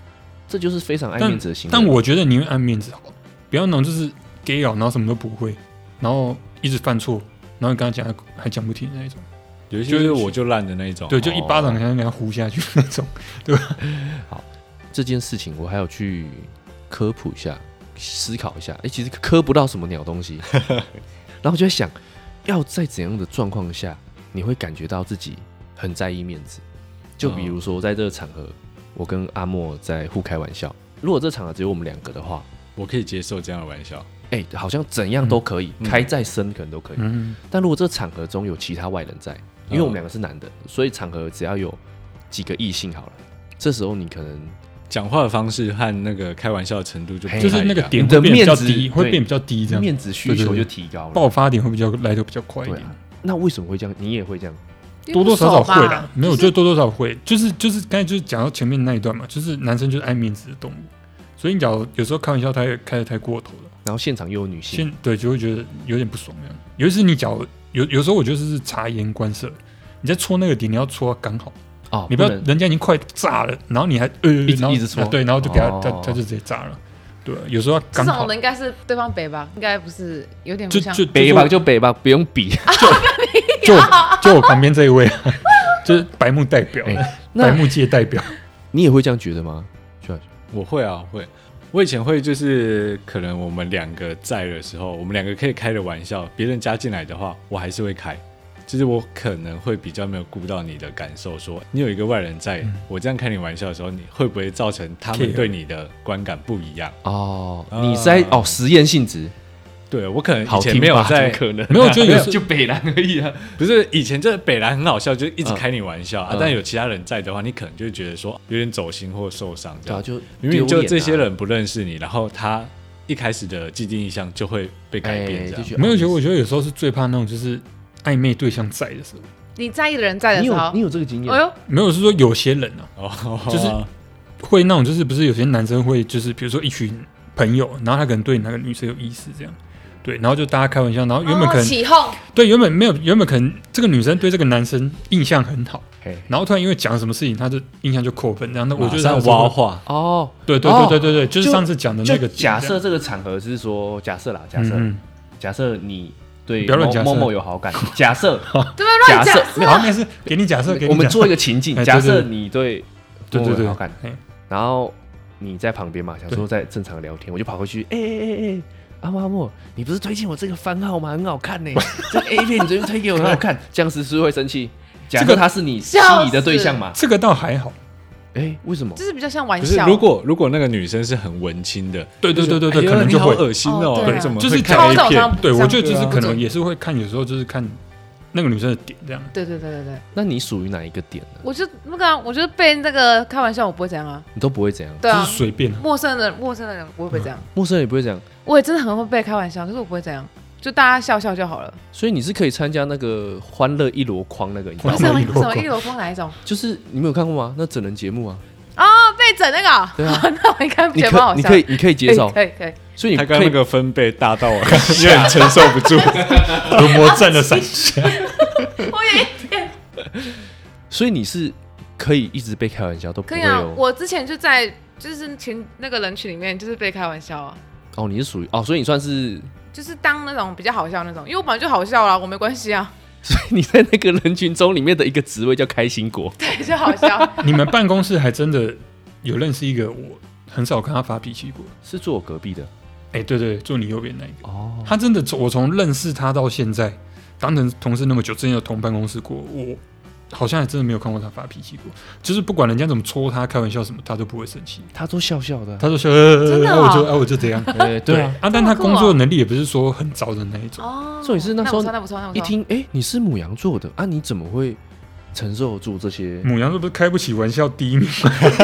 [SPEAKER 1] 这就是非常爱面子的行为。啊
[SPEAKER 4] 但我觉得你会爱面子好，不要那种就是 gay 佬，然后什么都不会，然后一直犯错，然后你跟他讲还还讲不停的那一种，
[SPEAKER 2] 有一些就是我就烂的那一种。哦
[SPEAKER 4] 对，就一巴掌想给他呼下去那种。
[SPEAKER 1] 这件事情，我还有去科普一下，思考一下。哎、其实科不到什么鸟东
[SPEAKER 4] *laughs*
[SPEAKER 1] 西，然后我就在想，要在怎样的状况下，你会感觉到自己很在意面子？就比如说，在这个场合，我跟阿莫在互开玩笑。如果这场合只有我们两个的话，
[SPEAKER 2] 我可以接受这样的玩笑。
[SPEAKER 1] 哎、好像怎样都可以，
[SPEAKER 2] 嗯
[SPEAKER 1] 开再深可能都可以。
[SPEAKER 4] 嗯，
[SPEAKER 1] 但如果这场合中有其他外人在，因为我们两个是男的，所以场合只要有几个异性好了，这时候你可能
[SPEAKER 2] 讲话的方式和那个开玩笑的程度就不
[SPEAKER 1] 嘿
[SPEAKER 4] 就是
[SPEAKER 2] 太一
[SPEAKER 4] 那个
[SPEAKER 2] 样
[SPEAKER 4] 点
[SPEAKER 1] 你的
[SPEAKER 4] 会变比较
[SPEAKER 1] 面子
[SPEAKER 4] 低，会
[SPEAKER 1] 对
[SPEAKER 4] 变比较低这样，
[SPEAKER 1] 面子需求
[SPEAKER 4] 对对
[SPEAKER 1] 就
[SPEAKER 4] 对
[SPEAKER 1] 提高了。
[SPEAKER 4] 爆发点会比较来的比较快一
[SPEAKER 1] 对
[SPEAKER 4] 点
[SPEAKER 1] 啊，，那为什么会这样？你也会这样？
[SPEAKER 4] 多多少少会
[SPEAKER 3] 的
[SPEAKER 4] 啦，，没有，我觉得多多少少会，就是就是刚才就是讲到前面那一段嘛，就是男生就是爱面子的动物，所以你假如有时候开玩笑他也开的太过头了，
[SPEAKER 1] 然后现场又有女性，
[SPEAKER 4] 现对就会觉得有点不爽这样。尤其是你假如有有时候我觉得是察言观色，你在戳那个点你要戳到刚好，
[SPEAKER 1] 哦，
[SPEAKER 4] 你不要
[SPEAKER 1] 能
[SPEAKER 4] 人家已经快炸了，然后你还呃
[SPEAKER 1] 一直
[SPEAKER 4] 然后
[SPEAKER 1] 一直戳
[SPEAKER 4] 啊对，然后就给他
[SPEAKER 1] 哦
[SPEAKER 4] 他他就直接炸了，对，有时候要
[SPEAKER 3] 这
[SPEAKER 4] 刚
[SPEAKER 3] 种
[SPEAKER 4] 好
[SPEAKER 3] 的应该是对方北吧，应该不是有点不
[SPEAKER 4] 就
[SPEAKER 3] 像。
[SPEAKER 4] 就啊
[SPEAKER 1] 北吧就北吧，不用比。
[SPEAKER 4] 就就我旁边这一位，啊 *laughs* 就是白目代表，
[SPEAKER 1] 哎
[SPEAKER 4] 白
[SPEAKER 1] 那
[SPEAKER 4] 目界代表，
[SPEAKER 1] *laughs* 你也会这样觉得吗？Josh？
[SPEAKER 2] 我会啊，会。我以前会就是可能我们两个在的时候，我们两个可以开的玩笑，别人加进来的话，我还是会开。就是我可能会比较没有顾到你的感受说，你有一个外人在，我这样开你玩笑的时候，你会不会造成他们
[SPEAKER 4] Care
[SPEAKER 2] 对你的观感不一样？
[SPEAKER 1] 哦，
[SPEAKER 2] 啊
[SPEAKER 1] 你在哦实验性质，
[SPEAKER 2] 对我可能
[SPEAKER 1] 好
[SPEAKER 2] 以前
[SPEAKER 1] 听
[SPEAKER 2] 没有
[SPEAKER 1] 吧怎
[SPEAKER 2] 在
[SPEAKER 1] 么，可能
[SPEAKER 4] 没有我觉得有时候
[SPEAKER 1] 就北南而已
[SPEAKER 4] *laughs*
[SPEAKER 1] 啊。
[SPEAKER 2] 不是以前这北兰很好笑，就是一直开你玩笑、啊
[SPEAKER 1] 嗯。
[SPEAKER 2] 但有其他人在的话，你可能就会觉得说有点走心或受伤这
[SPEAKER 1] 对
[SPEAKER 2] 样
[SPEAKER 1] 啊，。就
[SPEAKER 2] 明明
[SPEAKER 1] 丢
[SPEAKER 2] 就
[SPEAKER 1] 脸啊
[SPEAKER 2] 这些人不认识你，然后他一开始的既定印象就会被改
[SPEAKER 1] 哎，
[SPEAKER 2] 变，这
[SPEAKER 1] 就
[SPEAKER 2] 样、
[SPEAKER 1] 觉得
[SPEAKER 4] 没有，
[SPEAKER 1] 哦
[SPEAKER 4] 觉得我觉得有时候是最怕那种就是暧昧对象在的时候，
[SPEAKER 3] 你在意的人在的
[SPEAKER 1] 你
[SPEAKER 3] 时
[SPEAKER 1] 有
[SPEAKER 3] 候
[SPEAKER 1] 你，有这个经验
[SPEAKER 3] 哎，呦，
[SPEAKER 4] 没有是说有些人啊，
[SPEAKER 2] 哦，
[SPEAKER 4] 就是会那种就是不是有些男生会就是比如说一群朋友，然后他可能对哪个女生有意思这样。对，然后就大家开玩笑，然后原本
[SPEAKER 3] 哦
[SPEAKER 4] 可能、
[SPEAKER 3] 起哄，
[SPEAKER 4] 对原本没有，原本可能这个女生对这个男生印象很好，
[SPEAKER 1] 嘿
[SPEAKER 4] 然后突然因为讲什么事情，他的印象就扣分，然后那我觉得
[SPEAKER 2] 上
[SPEAKER 4] 那时候
[SPEAKER 2] 挖
[SPEAKER 4] 会，
[SPEAKER 2] 话，
[SPEAKER 1] 哦，
[SPEAKER 4] 对对
[SPEAKER 1] 哦
[SPEAKER 4] 对对对对，就是
[SPEAKER 1] 就
[SPEAKER 4] 上次讲的
[SPEAKER 1] 就
[SPEAKER 4] 那个
[SPEAKER 1] 假
[SPEAKER 4] 点
[SPEAKER 1] 设这个场合是说假设啦，假
[SPEAKER 4] 这
[SPEAKER 1] 设
[SPEAKER 4] 样，嗯，
[SPEAKER 1] 假设你对
[SPEAKER 4] 不要乱
[SPEAKER 1] 某
[SPEAKER 4] 假设
[SPEAKER 1] 某某有好感，假设
[SPEAKER 3] 对不对？
[SPEAKER 1] 假
[SPEAKER 3] *laughs* 乱讲
[SPEAKER 1] 设
[SPEAKER 4] 嗯好，没事，给你假设，给你
[SPEAKER 1] 我们
[SPEAKER 4] 假设
[SPEAKER 1] 做一个情境，
[SPEAKER 4] 哎对
[SPEAKER 1] 假设
[SPEAKER 4] 对对
[SPEAKER 1] 你对
[SPEAKER 4] 对
[SPEAKER 1] 某
[SPEAKER 4] 对
[SPEAKER 1] 某
[SPEAKER 4] 对
[SPEAKER 1] 有好感，
[SPEAKER 4] 嘿
[SPEAKER 1] 然后你在旁边嘛，想说在正常聊天，我就跑过去，哎哎哎哎。阿莫阿莫，你不是推荐我这个番号吗？很好看呢、 *laughs* 这个 A 片你昨天推给我很好
[SPEAKER 3] *laughs*
[SPEAKER 1] 看，这样子是不是会生气。假设
[SPEAKER 4] 这个
[SPEAKER 1] 他是你心仪的对象嘛？
[SPEAKER 4] 这个倒还好，
[SPEAKER 1] 哎、为什么？
[SPEAKER 3] 就是比较像玩
[SPEAKER 2] 不是
[SPEAKER 3] 笑。
[SPEAKER 2] 如果如果那个女生是很文青的，
[SPEAKER 4] 对对对对对
[SPEAKER 2] 就说
[SPEAKER 4] 可能
[SPEAKER 2] 哎呦
[SPEAKER 4] 就会
[SPEAKER 2] 你好恶心
[SPEAKER 3] 哦
[SPEAKER 2] 哦，
[SPEAKER 3] 对啊
[SPEAKER 2] 你怎么
[SPEAKER 4] 就
[SPEAKER 2] 会
[SPEAKER 4] 是
[SPEAKER 2] 看
[SPEAKER 3] 这样
[SPEAKER 2] A 片？
[SPEAKER 4] 对我觉得就是
[SPEAKER 3] 这样
[SPEAKER 4] 可能
[SPEAKER 3] 对
[SPEAKER 4] 也是会看，有时候就是看那个女生的点这样。
[SPEAKER 3] 对对对对对，
[SPEAKER 1] 那你属于哪一个点呢？
[SPEAKER 3] 我就那个啊，我就被那个开玩笑，我不会这样啊。
[SPEAKER 1] 你都不会怎样，
[SPEAKER 3] 对
[SPEAKER 4] 就
[SPEAKER 3] 啊
[SPEAKER 4] 是，随便啊，
[SPEAKER 3] 陌生的陌生的人我也不会这样，
[SPEAKER 1] 陌生人也不会怎样，
[SPEAKER 3] 我也真的很会被开玩笑，可是我不会这样，就大家笑笑就好了。
[SPEAKER 1] 所以你是可以参加那个欢乐一箩筐那个，你知道
[SPEAKER 4] 欢
[SPEAKER 1] 吗
[SPEAKER 4] 乐
[SPEAKER 3] 什么什
[SPEAKER 4] 一箩
[SPEAKER 3] 么
[SPEAKER 4] 筐
[SPEAKER 3] 一箩筐哪一种？
[SPEAKER 1] 就是你没有看过吗？那整人节目啊，
[SPEAKER 3] 被整那个啊？
[SPEAKER 1] 对啊
[SPEAKER 3] *laughs* 那我应该
[SPEAKER 1] 你
[SPEAKER 3] 觉得蛮
[SPEAKER 1] 可
[SPEAKER 3] 好
[SPEAKER 1] 你
[SPEAKER 3] 笑哎
[SPEAKER 1] 可。以你可以接受，
[SPEAKER 3] 可以可以，
[SPEAKER 1] 所以
[SPEAKER 2] 他
[SPEAKER 1] 你
[SPEAKER 2] 刚
[SPEAKER 1] 可
[SPEAKER 2] 刚那
[SPEAKER 1] 以
[SPEAKER 2] 个分贝大到我
[SPEAKER 4] *laughs*
[SPEAKER 2] 有点承受不住，
[SPEAKER 4] 恶魔站
[SPEAKER 3] *laughs*
[SPEAKER 4] 了三下。
[SPEAKER 3] 我也
[SPEAKER 1] 所以你是可以一直被开玩笑都不
[SPEAKER 3] 可
[SPEAKER 1] 会哦
[SPEAKER 3] 以啊。
[SPEAKER 1] 有
[SPEAKER 3] 我之前就在就是群那个人群里面，就是被开玩笑啊，
[SPEAKER 1] 哦，你是属于哦，所以你算是
[SPEAKER 3] 就是当那种比较好笑那种，因为我本来就好笑啦，我没关系啊， *laughs*
[SPEAKER 1] *laughs* 你在那个人群中里面的一个职位叫开心果，
[SPEAKER 3] 对，就好笑。
[SPEAKER 4] *laughs* 你们办公室还真的有认识一个我很少看他发脾气过。
[SPEAKER 1] *laughs* 是坐我隔壁的
[SPEAKER 4] 哎，对对，坐你右边那一个，
[SPEAKER 1] 哦，
[SPEAKER 4] 他真的从，我从认识他到现在，当成同事那么久，之前有同办公室过，我好像还真的没有看过他发脾气过。就是不管人家怎么戳他、开玩笑什么，他都不会生气。
[SPEAKER 1] 他都笑笑的啊，
[SPEAKER 4] 他就说，呃
[SPEAKER 3] 真的
[SPEAKER 4] 啊
[SPEAKER 3] 哦
[SPEAKER 4] 我就哎我就这样。
[SPEAKER 1] 对对啊，
[SPEAKER 4] 啊，但他工作能力也不是说很糟的那一种。
[SPEAKER 3] 哦
[SPEAKER 1] 重点是那
[SPEAKER 3] 那
[SPEAKER 1] 时候
[SPEAKER 3] 不错那不错，那不错
[SPEAKER 1] 一听哎、你是母羊座的啊，你怎么会承受住这些？
[SPEAKER 4] 母羊座不是开不起玩笑第一名？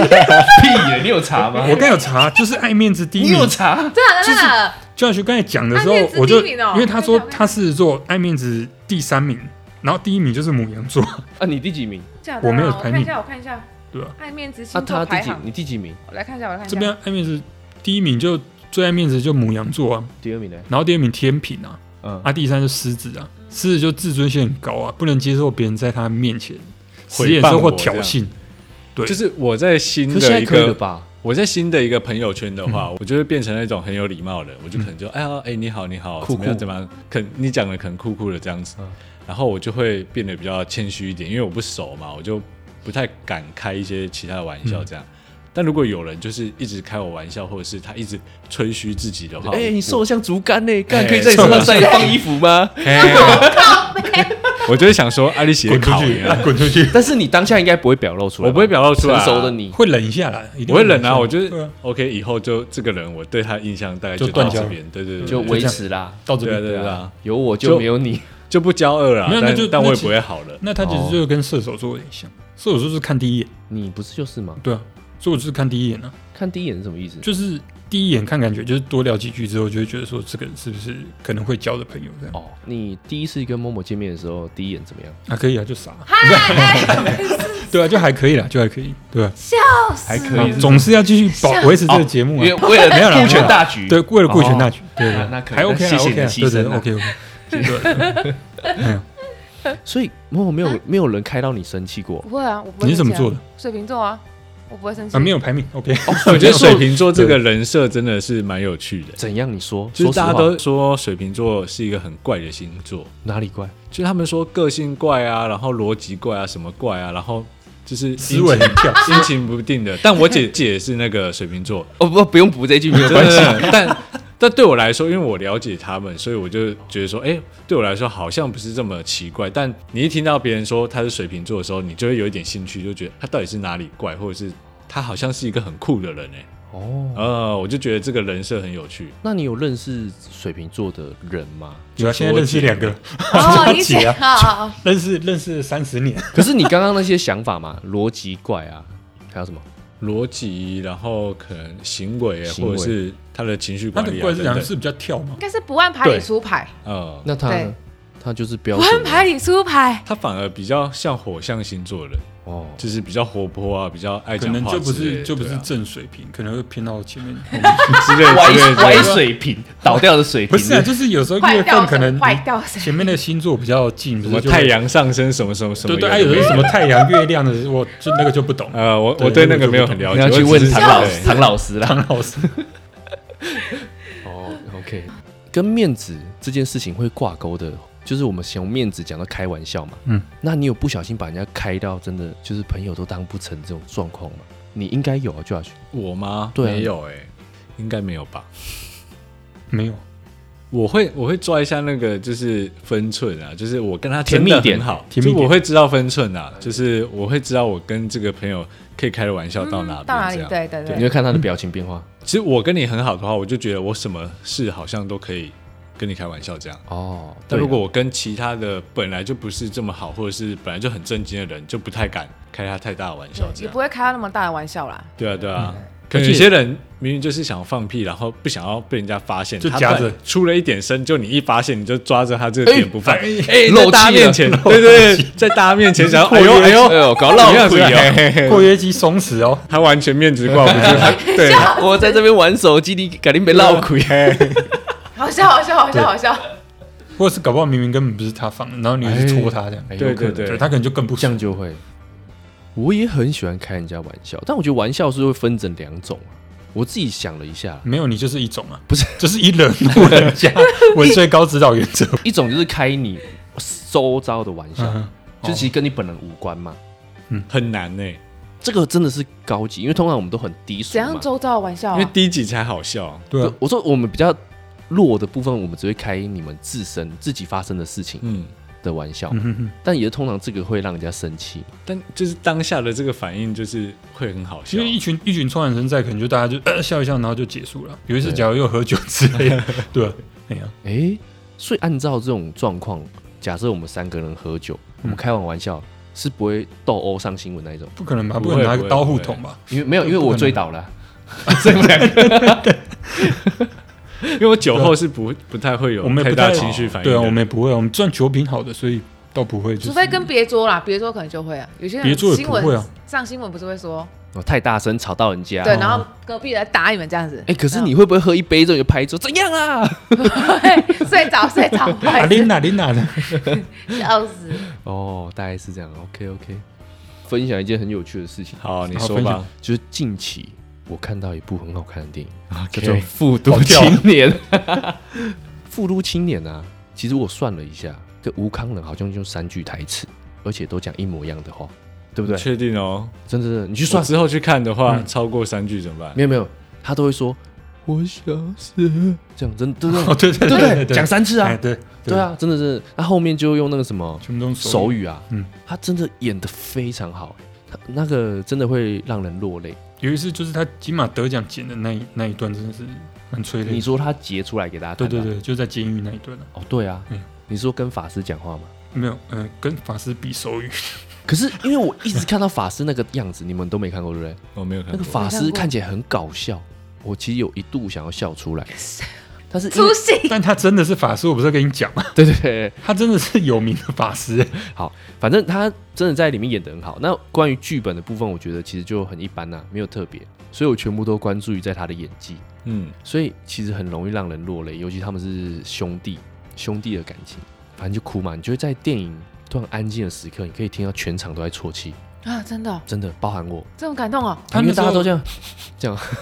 [SPEAKER 1] 屁耶，你有查吗
[SPEAKER 4] 我刚有查，就是爱面子第一
[SPEAKER 1] 你
[SPEAKER 4] 名
[SPEAKER 1] 有。查？
[SPEAKER 3] 对啊，真的
[SPEAKER 4] 就像学刚才讲的时候
[SPEAKER 3] 爱面，子
[SPEAKER 4] 我就
[SPEAKER 3] 第一名哦
[SPEAKER 4] 因为他说
[SPEAKER 3] 对对对
[SPEAKER 4] 他狮子座爱面子第三名，然后第一名就是母羊座， *laughs*
[SPEAKER 1] 啊，你第几名？
[SPEAKER 3] 假的啊，
[SPEAKER 4] 我没有排
[SPEAKER 3] 看
[SPEAKER 4] 名
[SPEAKER 3] 一下，我看一下，
[SPEAKER 4] 对吧？
[SPEAKER 3] 爱面子
[SPEAKER 1] 啊，
[SPEAKER 3] 星
[SPEAKER 1] 他
[SPEAKER 3] 座
[SPEAKER 1] 第
[SPEAKER 3] 排
[SPEAKER 1] 几？
[SPEAKER 3] 行，
[SPEAKER 1] 你第几名？
[SPEAKER 3] 我来看一下，我来看一下。
[SPEAKER 4] 这边爱面子第一名就最爱面子就母羊座啊，
[SPEAKER 1] 第二名呢？
[SPEAKER 4] 然后第二名天平啊，
[SPEAKER 1] 嗯，
[SPEAKER 4] 啊第三就狮子啊，狮子就自尊心很高啊，不能接受别人在他面前使眼色或挑衅，对
[SPEAKER 2] 就是我在新
[SPEAKER 1] 可现
[SPEAKER 2] 的
[SPEAKER 1] 在
[SPEAKER 2] 一
[SPEAKER 1] 可以了
[SPEAKER 2] 个
[SPEAKER 1] 吧？
[SPEAKER 2] 我在新的一个朋友圈的话，我就会变成那种很有礼貌的人，我就可能就、哎呀哎你好你好
[SPEAKER 1] 酷
[SPEAKER 2] 怎么样
[SPEAKER 1] 酷
[SPEAKER 2] 怎么样，可你讲的可能酷酷的这样子，
[SPEAKER 1] 嗯
[SPEAKER 2] 然后我就会变得比较谦虚一点，因为我不熟嘛，我就不太敢开一些其他的玩笑这样。但如果有人就是一直开我玩笑，或者是他一直吹嘘自己的话，
[SPEAKER 1] 哎、
[SPEAKER 2] 我
[SPEAKER 1] 你瘦得像竹竿呢、干
[SPEAKER 2] 哎
[SPEAKER 1] 可以在你身上再放衣服 *laughs* 吗？
[SPEAKER 2] 我就会想说，阿、啊、里写
[SPEAKER 4] 滚出
[SPEAKER 2] 考
[SPEAKER 4] *laughs* 去，
[SPEAKER 2] 你啊
[SPEAKER 4] 啊滚出去，
[SPEAKER 1] 但是你当下应该不会表露出来吧，
[SPEAKER 2] 我不会表露出来啊
[SPEAKER 1] 成熟的你，
[SPEAKER 4] 会冷一下啦，一定
[SPEAKER 2] 我会忍
[SPEAKER 4] 一
[SPEAKER 2] 啊，
[SPEAKER 4] 下
[SPEAKER 2] 我就是、
[SPEAKER 4] 对啊
[SPEAKER 2] OK，以后就这个人，我对他印象大概
[SPEAKER 4] 就
[SPEAKER 2] 到
[SPEAKER 4] 断交
[SPEAKER 2] 这边，对对对，
[SPEAKER 1] 就
[SPEAKER 2] 对
[SPEAKER 1] 维持啦，
[SPEAKER 4] 到这
[SPEAKER 2] 对啊
[SPEAKER 4] 边。
[SPEAKER 2] 对啊对啊，
[SPEAKER 1] 有我就
[SPEAKER 2] 就
[SPEAKER 1] 没有你。
[SPEAKER 2] 就不骄傲了，
[SPEAKER 4] 没有那
[SPEAKER 2] 但
[SPEAKER 4] 就
[SPEAKER 2] 但我
[SPEAKER 4] 那
[SPEAKER 2] 也
[SPEAKER 4] 其
[SPEAKER 2] 不会好了。
[SPEAKER 4] 那他其实就跟射手座有点像，射手座是看第一眼，
[SPEAKER 1] 你不是就是吗？
[SPEAKER 4] 对啊，所以我就是看第一眼啊，
[SPEAKER 1] 看第一眼是什么意思？
[SPEAKER 4] 就是第一眼看感觉，就是多聊几句之后，就会觉得说这个是不是可能会交的朋友这样
[SPEAKER 1] 哦，你第一次跟某某见面的时候，第一眼怎么样？
[SPEAKER 4] 啊，可以啊，就傻， *laughs* 对啊，就还可以啦，就还可以，对吧、
[SPEAKER 1] 还可
[SPEAKER 4] 啊？总是要继续保维持这个节目
[SPEAKER 1] 因
[SPEAKER 4] 啊
[SPEAKER 1] 为，为了
[SPEAKER 4] 没有啦
[SPEAKER 1] 顾全大局，
[SPEAKER 4] 对，为了顾全大局，对对
[SPEAKER 1] 啊
[SPEAKER 4] 对，
[SPEAKER 1] 那可以
[SPEAKER 4] 还 OK
[SPEAKER 1] 那
[SPEAKER 4] 啦
[SPEAKER 1] 谢谢你
[SPEAKER 4] OK
[SPEAKER 1] 的
[SPEAKER 4] 啦，
[SPEAKER 1] 牺
[SPEAKER 4] 对对
[SPEAKER 1] 牲啊
[SPEAKER 4] OK OK，对，
[SPEAKER 1] 所以某某没有没有人开到你生气过
[SPEAKER 3] 不会啊，我不会
[SPEAKER 4] 你是怎么
[SPEAKER 3] 生气啊
[SPEAKER 4] 做的？
[SPEAKER 3] 水瓶座啊，我不会生气。
[SPEAKER 4] 啊，没有排名 OK，
[SPEAKER 2] 我觉得水瓶座这个人设真的是蛮有趣的，
[SPEAKER 1] 怎样？你说，
[SPEAKER 2] 就是
[SPEAKER 1] 说实
[SPEAKER 2] 大
[SPEAKER 1] 话
[SPEAKER 2] 家都说水瓶座是一个很怪的星座，
[SPEAKER 1] 哪里怪？
[SPEAKER 2] 就他们说个性怪啊，然后逻辑怪啊，什么怪啊，然后就是
[SPEAKER 4] 思维很跳，
[SPEAKER 2] 阴晴不定的。但我姐姐是那个水瓶座，
[SPEAKER 1] 哦不，不用补这句，
[SPEAKER 2] *laughs*
[SPEAKER 1] 没有
[SPEAKER 2] 真
[SPEAKER 1] 关系。
[SPEAKER 2] 的，但但对我来说，因为我了解他们，所以我就觉得说，哎、对我来说好像不是这么奇怪。但你一听到别人说他是水瓶座的时候，你就会有一点兴趣，就觉得他到底是哪里怪，或者是他好像是一个很酷的人哎、
[SPEAKER 1] 哦，
[SPEAKER 2] 呃，我就觉得这个人设很有趣。
[SPEAKER 1] 那你有认识水瓶座的人吗？
[SPEAKER 4] 有啊，现在认识两个， *laughs*
[SPEAKER 3] 哦，
[SPEAKER 4] 就
[SPEAKER 3] 你
[SPEAKER 4] 是他姐
[SPEAKER 3] 姐
[SPEAKER 4] 啊，
[SPEAKER 3] 啊，
[SPEAKER 4] 认识认识三十年，
[SPEAKER 1] 可是你刚刚那些想法嘛，逻辑怪啊，还有什么？
[SPEAKER 2] 逻辑，然后可能行为，啊
[SPEAKER 1] 行为
[SPEAKER 2] 或者是他的情绪
[SPEAKER 4] 他
[SPEAKER 2] 管
[SPEAKER 4] 的
[SPEAKER 2] 理、啊、
[SPEAKER 4] 怪是
[SPEAKER 2] 等
[SPEAKER 4] 讲
[SPEAKER 2] 等
[SPEAKER 4] 是比较跳嘛
[SPEAKER 3] 应，该是不按牌理出牌，
[SPEAKER 2] 呃，
[SPEAKER 1] 那他呢
[SPEAKER 3] 对？
[SPEAKER 1] 他就是标
[SPEAKER 3] 不按
[SPEAKER 1] 准
[SPEAKER 3] 牌
[SPEAKER 1] 的
[SPEAKER 3] 理出牌，
[SPEAKER 2] 他反而比较像火象星座的，
[SPEAKER 1] 哦，
[SPEAKER 2] 就是比较活泼啊，比较爱
[SPEAKER 4] 可
[SPEAKER 2] 讲
[SPEAKER 4] 能
[SPEAKER 2] 话
[SPEAKER 4] 就不
[SPEAKER 2] 之类
[SPEAKER 4] 是
[SPEAKER 2] 的
[SPEAKER 4] 就不是
[SPEAKER 2] 对啊
[SPEAKER 4] 正水平，可能会偏到前面。
[SPEAKER 2] *laughs* 之类之类之类
[SPEAKER 1] 歪
[SPEAKER 2] 的
[SPEAKER 1] 水瓶，倒掉的水
[SPEAKER 4] *laughs* 不
[SPEAKER 1] 瓶。
[SPEAKER 4] 是啊，就是有时候
[SPEAKER 3] 坏
[SPEAKER 4] 月
[SPEAKER 3] 掉
[SPEAKER 4] 份可能
[SPEAKER 3] 谁坏掉谁
[SPEAKER 4] *laughs* 前面的星座比较近，
[SPEAKER 2] 什
[SPEAKER 4] 什
[SPEAKER 2] 么太，阳上升什么什么什么
[SPEAKER 4] 对
[SPEAKER 2] 哎的，
[SPEAKER 4] 对，哎还有时候什么太阳、月亮的，我就那个就不懂。
[SPEAKER 2] 呃，我
[SPEAKER 4] 对
[SPEAKER 2] 我对那个没有很了
[SPEAKER 1] 你
[SPEAKER 2] 解，
[SPEAKER 1] 要去
[SPEAKER 2] 我
[SPEAKER 1] 问
[SPEAKER 2] 只是哎
[SPEAKER 1] 唐
[SPEAKER 2] 知道
[SPEAKER 1] 老
[SPEAKER 2] 对
[SPEAKER 1] 唐老师啦。
[SPEAKER 4] 唐老师，
[SPEAKER 1] 哦，OK，跟面子这件事情会挂钩的，就是我们从面子讲到开玩笑嘛。
[SPEAKER 4] 嗯，
[SPEAKER 1] 那你有不小心把人家开到真的就是朋友都当不成这种状况吗？你应该有啊，Josh。
[SPEAKER 2] 我吗？
[SPEAKER 1] 对啊
[SPEAKER 2] 没有哎、应该没有吧？
[SPEAKER 4] 没有，
[SPEAKER 2] *laughs* 我会我会抓一下那个就是分寸啊，就是我跟他
[SPEAKER 1] 甜
[SPEAKER 2] 真
[SPEAKER 1] 蜜
[SPEAKER 2] 的
[SPEAKER 1] 点
[SPEAKER 2] 很好，
[SPEAKER 4] 甜蜜
[SPEAKER 2] 就
[SPEAKER 4] 点
[SPEAKER 2] 我会知道分寸啊，就是我会知道我跟这个朋友可以开的玩笑到哪
[SPEAKER 3] 嗯到哪
[SPEAKER 2] 边
[SPEAKER 3] 里？
[SPEAKER 2] 这样。
[SPEAKER 3] 对对
[SPEAKER 1] 你
[SPEAKER 3] 对，
[SPEAKER 1] 会看他的表情变化。
[SPEAKER 2] 其实我跟你很好的话，我就觉得我什么事好像都可以跟你开玩笑这样。
[SPEAKER 1] 哦，
[SPEAKER 2] 但
[SPEAKER 1] 对
[SPEAKER 2] 如果
[SPEAKER 1] 啊
[SPEAKER 2] 我跟其他的本来就不是这么好，或者是本来就很正经的人，就不太敢开他太大的玩笑这
[SPEAKER 3] 也
[SPEAKER 2] 样
[SPEAKER 3] 不。会开他那么大的玩笑啦。
[SPEAKER 2] 对啊，对啊。
[SPEAKER 4] 嗯
[SPEAKER 2] 可能有些人明明就是想放屁，然后不想要被人家发现，
[SPEAKER 4] 就
[SPEAKER 2] 他
[SPEAKER 4] 夹
[SPEAKER 2] 本来
[SPEAKER 4] 着
[SPEAKER 2] 出了一点声，就你一发现，你就抓着他这个点不放，
[SPEAKER 1] 哎
[SPEAKER 2] 哎，
[SPEAKER 1] 漏
[SPEAKER 2] 在
[SPEAKER 1] 气了
[SPEAKER 2] 大家面前， *laughs* 对对，对在大家面
[SPEAKER 4] *laughs*
[SPEAKER 2] 前想要，哎呦哎呦，
[SPEAKER 1] 哎呦，搞
[SPEAKER 2] 怎么
[SPEAKER 1] 浪
[SPEAKER 2] 样怎
[SPEAKER 1] 费
[SPEAKER 2] 么样
[SPEAKER 1] 啊！
[SPEAKER 2] 嘿 *laughs* 嘿嘿
[SPEAKER 4] 括约肌松弛哦，
[SPEAKER 2] 他完全面子挂不住，他对，啊
[SPEAKER 1] 我在这边玩手机，你肯定被
[SPEAKER 2] 闹
[SPEAKER 1] 闹
[SPEAKER 2] 鬼，嘿嘿
[SPEAKER 3] 好笑，好笑，好笑，好笑。
[SPEAKER 4] 或者是搞不好明明根本不是他放的，然后你去戳他这样，
[SPEAKER 1] 哎
[SPEAKER 2] 对
[SPEAKER 1] 有可能
[SPEAKER 2] 对
[SPEAKER 4] 对他可能就更不
[SPEAKER 1] 这样
[SPEAKER 4] 像。
[SPEAKER 1] 就会。我也很喜欢开人家玩笑，但我觉得玩笑是会分成两种啊。我自己想了一下，
[SPEAKER 4] 没有，你就是一种啊，
[SPEAKER 1] 不是，
[SPEAKER 4] 就是一人不
[SPEAKER 2] *laughs*
[SPEAKER 4] 人家，我最高指导原则。
[SPEAKER 1] 一种就是开你周遭的玩笑，
[SPEAKER 4] 嗯
[SPEAKER 1] 就其实跟你本人无关嘛。
[SPEAKER 2] 很
[SPEAKER 4] *laughs*
[SPEAKER 2] 难呢，因
[SPEAKER 1] 这个真的是高级，因为通常我们都很低俗
[SPEAKER 3] 怎
[SPEAKER 1] 嘛。
[SPEAKER 3] 样周遭的玩
[SPEAKER 4] 哦
[SPEAKER 3] 笑
[SPEAKER 2] 为
[SPEAKER 3] 啊？
[SPEAKER 2] 低级才好笑，
[SPEAKER 4] 对啊，
[SPEAKER 1] 我说我们比较弱的部分，我们只会开你们自身自己发生的事情
[SPEAKER 2] 嗯，
[SPEAKER 1] 的玩笑，
[SPEAKER 4] 嗯哼哼，
[SPEAKER 1] 但也是通常这个会让人家生气。
[SPEAKER 2] 但就是当下的这个反应就是啊嗯会很好笑
[SPEAKER 4] 因为，一群一群冲男生在，可能就大家就呃笑一笑，然后就结束了。有一次，假如又喝酒之
[SPEAKER 2] *laughs*
[SPEAKER 4] 类的，对啊，哎呀，
[SPEAKER 1] 诶，所以按照这种状况，假设我们三个人喝酒，
[SPEAKER 4] 嗯
[SPEAKER 1] 我们开完玩笑是不会斗殴上新闻那一种，
[SPEAKER 4] 不可能吧？
[SPEAKER 2] 不
[SPEAKER 4] 不
[SPEAKER 2] 会
[SPEAKER 4] 可能拿
[SPEAKER 2] 不
[SPEAKER 4] 个
[SPEAKER 2] 会
[SPEAKER 4] 刀
[SPEAKER 2] 不
[SPEAKER 4] 互
[SPEAKER 2] 会
[SPEAKER 4] 捅吧？
[SPEAKER 1] 因为没有，因为
[SPEAKER 4] 不可
[SPEAKER 1] 我
[SPEAKER 4] 能
[SPEAKER 1] 醉倒了
[SPEAKER 4] *laughs*
[SPEAKER 1] 啊。
[SPEAKER 2] 因为我酒后是不不太会有
[SPEAKER 4] 我们也
[SPEAKER 2] 太
[SPEAKER 4] 不
[SPEAKER 2] 大
[SPEAKER 4] 太
[SPEAKER 2] 情绪反应
[SPEAKER 4] 对
[SPEAKER 2] 的，
[SPEAKER 4] 啊，我们也不会啊，我们算酒品好的，所以倒不会。就是啊
[SPEAKER 3] 除非跟别桌啦，别桌可能就会啊。有些
[SPEAKER 4] 别
[SPEAKER 3] 人
[SPEAKER 4] 桌也
[SPEAKER 3] 新
[SPEAKER 4] 不会
[SPEAKER 3] 闻
[SPEAKER 4] 啊
[SPEAKER 3] 上新闻不是会说，
[SPEAKER 1] *laughs* 哦，太大声吵到人家。
[SPEAKER 3] 对，
[SPEAKER 1] 哎、
[SPEAKER 3] 然后隔壁来打你们这样子。
[SPEAKER 1] 可是你会不会喝一杯之后就拍
[SPEAKER 3] *laughs*
[SPEAKER 1] 桌？怎样啊？
[SPEAKER 3] 会睡着睡着，不好
[SPEAKER 4] 啊，
[SPEAKER 3] 意思
[SPEAKER 4] 琳娜琳娜的，
[SPEAKER 3] 笑死。
[SPEAKER 1] 哦，大概是这样。OK OK，分享一件很有趣的事情，
[SPEAKER 2] 好，你
[SPEAKER 4] 好
[SPEAKER 2] 说
[SPEAKER 4] 分
[SPEAKER 2] 吧
[SPEAKER 4] 享，
[SPEAKER 1] 就是近期我看到一部很好看的电影，叫
[SPEAKER 2] OK
[SPEAKER 1] 做《复读青年》。 *laughs* 复读青年啊，其实我算了一下，这吴康仁好像就三句台词，而且都讲一模一样的话，对不对？
[SPEAKER 2] 确定哦，
[SPEAKER 1] 真的真的，你去
[SPEAKER 2] 就算
[SPEAKER 1] 算，
[SPEAKER 2] 之后去看的话，
[SPEAKER 4] 嗯
[SPEAKER 2] 超过三句怎么办？
[SPEAKER 1] 没有没有，他都会说“ *laughs* 我想死”，这样真的对不对？
[SPEAKER 4] 哦，对对
[SPEAKER 1] 对
[SPEAKER 4] 对
[SPEAKER 1] 不对？讲三次啊
[SPEAKER 4] 哎，！对
[SPEAKER 1] 对，啊，真的是。他后面就用那个什么
[SPEAKER 4] 全部都是
[SPEAKER 1] 手
[SPEAKER 4] 语，
[SPEAKER 1] 语啊，
[SPEAKER 4] 嗯
[SPEAKER 1] 他真的演的非常好、他那个真的会让人落泪。
[SPEAKER 4] 有一次就是他金马得奖剪的那一那一段，真的是蛮催泪
[SPEAKER 1] 你
[SPEAKER 4] 的。
[SPEAKER 1] 说他截出来给大家看，
[SPEAKER 4] 对对，对，就在监狱那一段啊，
[SPEAKER 1] 哦对啊，
[SPEAKER 4] 嗯
[SPEAKER 1] 你说跟法师讲话吗？
[SPEAKER 4] 没有，呃，跟法师比手语， *laughs*
[SPEAKER 1] 可是因为我一直看到法师那个样子，你们都没看过对不对？
[SPEAKER 2] 我没有看
[SPEAKER 1] 那个
[SPEAKER 2] 过。
[SPEAKER 1] 法
[SPEAKER 3] 没
[SPEAKER 1] 师
[SPEAKER 3] 看过
[SPEAKER 1] 看起来很搞笑，我其实有一度想要笑出 *laughs* 来，但是因
[SPEAKER 3] 出
[SPEAKER 1] 为
[SPEAKER 3] 戏
[SPEAKER 4] 但他真的是法师，我不是跟你讲吗？啊
[SPEAKER 1] 对对对，
[SPEAKER 4] 他真的是有名的法师。欸
[SPEAKER 1] 好，反正他真的在里面演得很好。那关于剧本的部分，我觉得其实就很一般呐、没有特别，所以我全部都关注于在他的演技，
[SPEAKER 2] 嗯，
[SPEAKER 1] 所以其实很容易让人落泪，尤其他们是兄弟兄弟的感情，反正就哭嘛。你就会在电影突然安静的时刻，你可以听到全场都在啜泣，
[SPEAKER 3] 啊，真的哦
[SPEAKER 1] 真的包含我，
[SPEAKER 3] 这么感动哦，
[SPEAKER 4] 他
[SPEAKER 1] 因
[SPEAKER 4] 那
[SPEAKER 1] 为
[SPEAKER 4] 时
[SPEAKER 1] 大家都
[SPEAKER 4] 候，
[SPEAKER 1] 这样，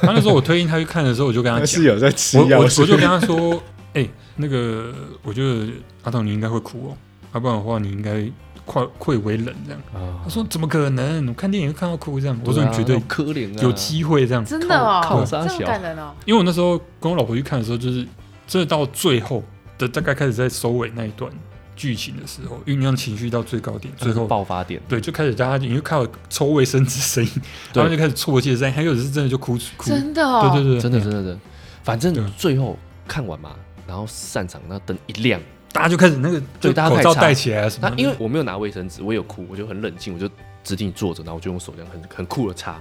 [SPEAKER 4] 他那时候我推荐他去看的时候，我就跟他
[SPEAKER 2] 他
[SPEAKER 4] 讲
[SPEAKER 2] 是，有在吃
[SPEAKER 4] *laughs* 我
[SPEAKER 2] 药，
[SPEAKER 4] 我我
[SPEAKER 2] 是
[SPEAKER 4] 就
[SPEAKER 2] 不是
[SPEAKER 4] 跟他说， *laughs* 哎、那个，我觉得阿童你应该会哭哦，要不然的话你应该快愧为人这样。
[SPEAKER 1] 啊
[SPEAKER 4] 他说怎么可能？我看电影会看到哭这样。我说
[SPEAKER 1] 对啊
[SPEAKER 4] 你绝对
[SPEAKER 1] 好可怜啊，
[SPEAKER 4] 有机会这样，
[SPEAKER 3] 真的哦，
[SPEAKER 1] 靠靠
[SPEAKER 3] 这
[SPEAKER 1] 山
[SPEAKER 3] 么
[SPEAKER 1] 小
[SPEAKER 3] 感人哦，
[SPEAKER 4] 因为我那时候跟我老婆去看的时候，就是这到最后的大概开始在收尾那一段剧情的时候，酝酿情绪到最高点，
[SPEAKER 1] 这
[SPEAKER 4] 最
[SPEAKER 1] 是
[SPEAKER 4] 后
[SPEAKER 1] 爆发点。
[SPEAKER 4] 对，就开始大家你就看到抽卫生纸声音，
[SPEAKER 1] 对
[SPEAKER 4] 然后就开始啜泣的声音，还有人是真的就哭哭，对
[SPEAKER 3] 真的哦，
[SPEAKER 4] 对对，
[SPEAKER 1] 真的真的真的，反
[SPEAKER 4] 对啊
[SPEAKER 1] 正最后看完嘛，然后散场那灯一亮，
[SPEAKER 4] 大家就开始那个
[SPEAKER 1] 对
[SPEAKER 4] 就
[SPEAKER 1] 大家
[SPEAKER 4] 口
[SPEAKER 1] 开始
[SPEAKER 4] 罩
[SPEAKER 1] 擦
[SPEAKER 4] 戴起来啊什么
[SPEAKER 1] 那
[SPEAKER 4] 的，
[SPEAKER 1] 因为我没有拿卫生纸，我有哭，我就很冷静，我就指定坐着，然后我就用手这样很很酷的擦。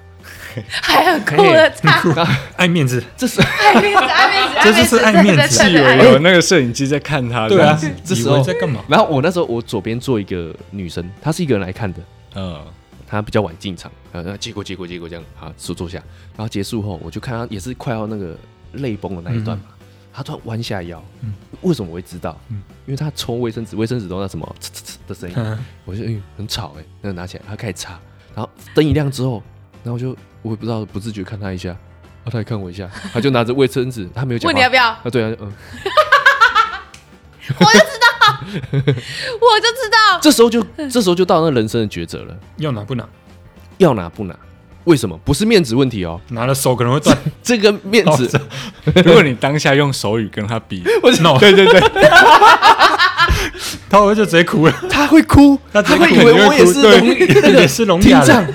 [SPEAKER 3] 还很酷的他，
[SPEAKER 4] *laughs* 爱面子，
[SPEAKER 1] 这时
[SPEAKER 3] 爱面子，爱
[SPEAKER 1] *laughs*
[SPEAKER 3] 面子，
[SPEAKER 4] 这就是
[SPEAKER 3] 爱
[SPEAKER 4] 爱面子
[SPEAKER 3] 真的真
[SPEAKER 2] 以
[SPEAKER 3] 的哎爱
[SPEAKER 2] 为有那个摄影机在看他，
[SPEAKER 4] 对啊
[SPEAKER 2] 这样子，
[SPEAKER 1] 这
[SPEAKER 4] 以
[SPEAKER 1] 时
[SPEAKER 4] 为
[SPEAKER 1] 候
[SPEAKER 4] 在干嘛？
[SPEAKER 1] *laughs* 然后我那时候我左边坐一个女生，她是一个人来看的，
[SPEAKER 2] 嗯，
[SPEAKER 1] 她比较晚进场，然后结果结果结果这样，好坐坐下，然后结束后我就看她也是快要那个泪崩的那一段嘛，她突然弯下腰，
[SPEAKER 4] 嗯
[SPEAKER 1] 为什么我会知道？
[SPEAKER 4] 嗯
[SPEAKER 1] 因为她抽卫生纸，卫生纸都那什么呲呲呲的声音，
[SPEAKER 4] 嗯
[SPEAKER 1] 我就嗯、很吵哎、欸，那拿起来，他开始擦，然后灯一亮之后，然后我就我也不知道不自觉看他一下，啊，他也看我一下，他就拿着卫生纸，他没有讲
[SPEAKER 3] 问
[SPEAKER 1] 话，
[SPEAKER 3] 你要不要？
[SPEAKER 1] 啊，对啊，嗯，
[SPEAKER 3] 我就知道，
[SPEAKER 1] 这时候就这时候就到那人生的抉择了，
[SPEAKER 4] 要拿不拿？
[SPEAKER 1] 要拿不拿？为什么？不是面子问题哦，
[SPEAKER 4] 拿了手可能会 *laughs* 断，
[SPEAKER 1] 这个面
[SPEAKER 4] 哦
[SPEAKER 1] 子，
[SPEAKER 2] 如果你当下用手语跟他比，
[SPEAKER 4] no，
[SPEAKER 2] 对对对，
[SPEAKER 4] 他会就直接哭了，
[SPEAKER 1] 他会哭，
[SPEAKER 4] 他
[SPEAKER 1] 他
[SPEAKER 4] 直
[SPEAKER 1] 会
[SPEAKER 4] 接
[SPEAKER 1] 以
[SPEAKER 4] 哭
[SPEAKER 1] 为
[SPEAKER 4] 肯定
[SPEAKER 1] 我也
[SPEAKER 4] 哭
[SPEAKER 1] 是
[SPEAKER 4] 对
[SPEAKER 1] 聋那
[SPEAKER 4] 也
[SPEAKER 1] 个
[SPEAKER 4] 是聋
[SPEAKER 1] 听
[SPEAKER 4] 哑
[SPEAKER 1] 障
[SPEAKER 4] 人，，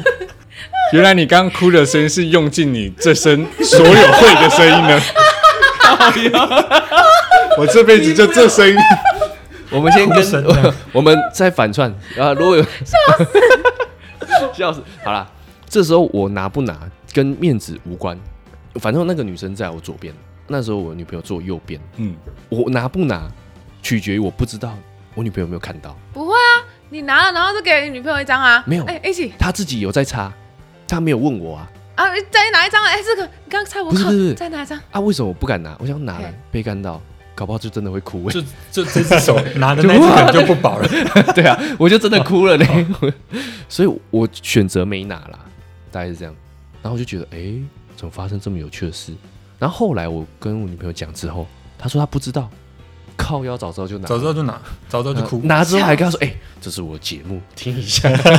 [SPEAKER 2] 原来你刚刚哭的声音是用尽你这身所有会的声音呢。我这辈子就这声音，
[SPEAKER 1] 我们先
[SPEAKER 4] 哭
[SPEAKER 1] 跟
[SPEAKER 4] 声这样
[SPEAKER 1] *laughs* 我们再反串啊！如果有笑死， *laughs* 笑死，好啦，这时候我拿不拿跟面子无关，反正那个女生在我左边，那时候我女朋友坐我右边，
[SPEAKER 2] 嗯，
[SPEAKER 1] 我拿不拿取决于我不知道我女朋友有没有看到，
[SPEAKER 3] 不会啊，你拿了，然后就给你女朋友一张啊，
[SPEAKER 1] 没有
[SPEAKER 3] 哎，一起
[SPEAKER 1] 她自己有在擦，她没有问我啊
[SPEAKER 3] 啊，再拿一张啊，哎，这个你刚才我
[SPEAKER 1] 不是
[SPEAKER 3] 靠
[SPEAKER 1] 不是，
[SPEAKER 3] 再拿一张，
[SPEAKER 1] 啊！为什么我不敢拿？我想拿了
[SPEAKER 3] 嘿
[SPEAKER 1] 被看到，搞不好就真的会哭、欸，
[SPEAKER 4] *laughs* 就就这只手 *laughs* 拿的那一只可能就不 *laughs* 保了。
[SPEAKER 1] *laughs* 对啊，我就真的哭了嘞，*laughs*
[SPEAKER 4] 哦
[SPEAKER 1] 所以我选择没拿啦，大概是这样。然后我就觉得，哎、怎么发生这么有趣的事？然后后来我跟我女朋友讲之后，她说她不知道，靠腰早知道就拿，
[SPEAKER 4] 早知道就拿，早知道就
[SPEAKER 1] 呃
[SPEAKER 4] 哭。
[SPEAKER 1] 拿之后还跟她说，哎、这是我节目，听一下，
[SPEAKER 3] 你说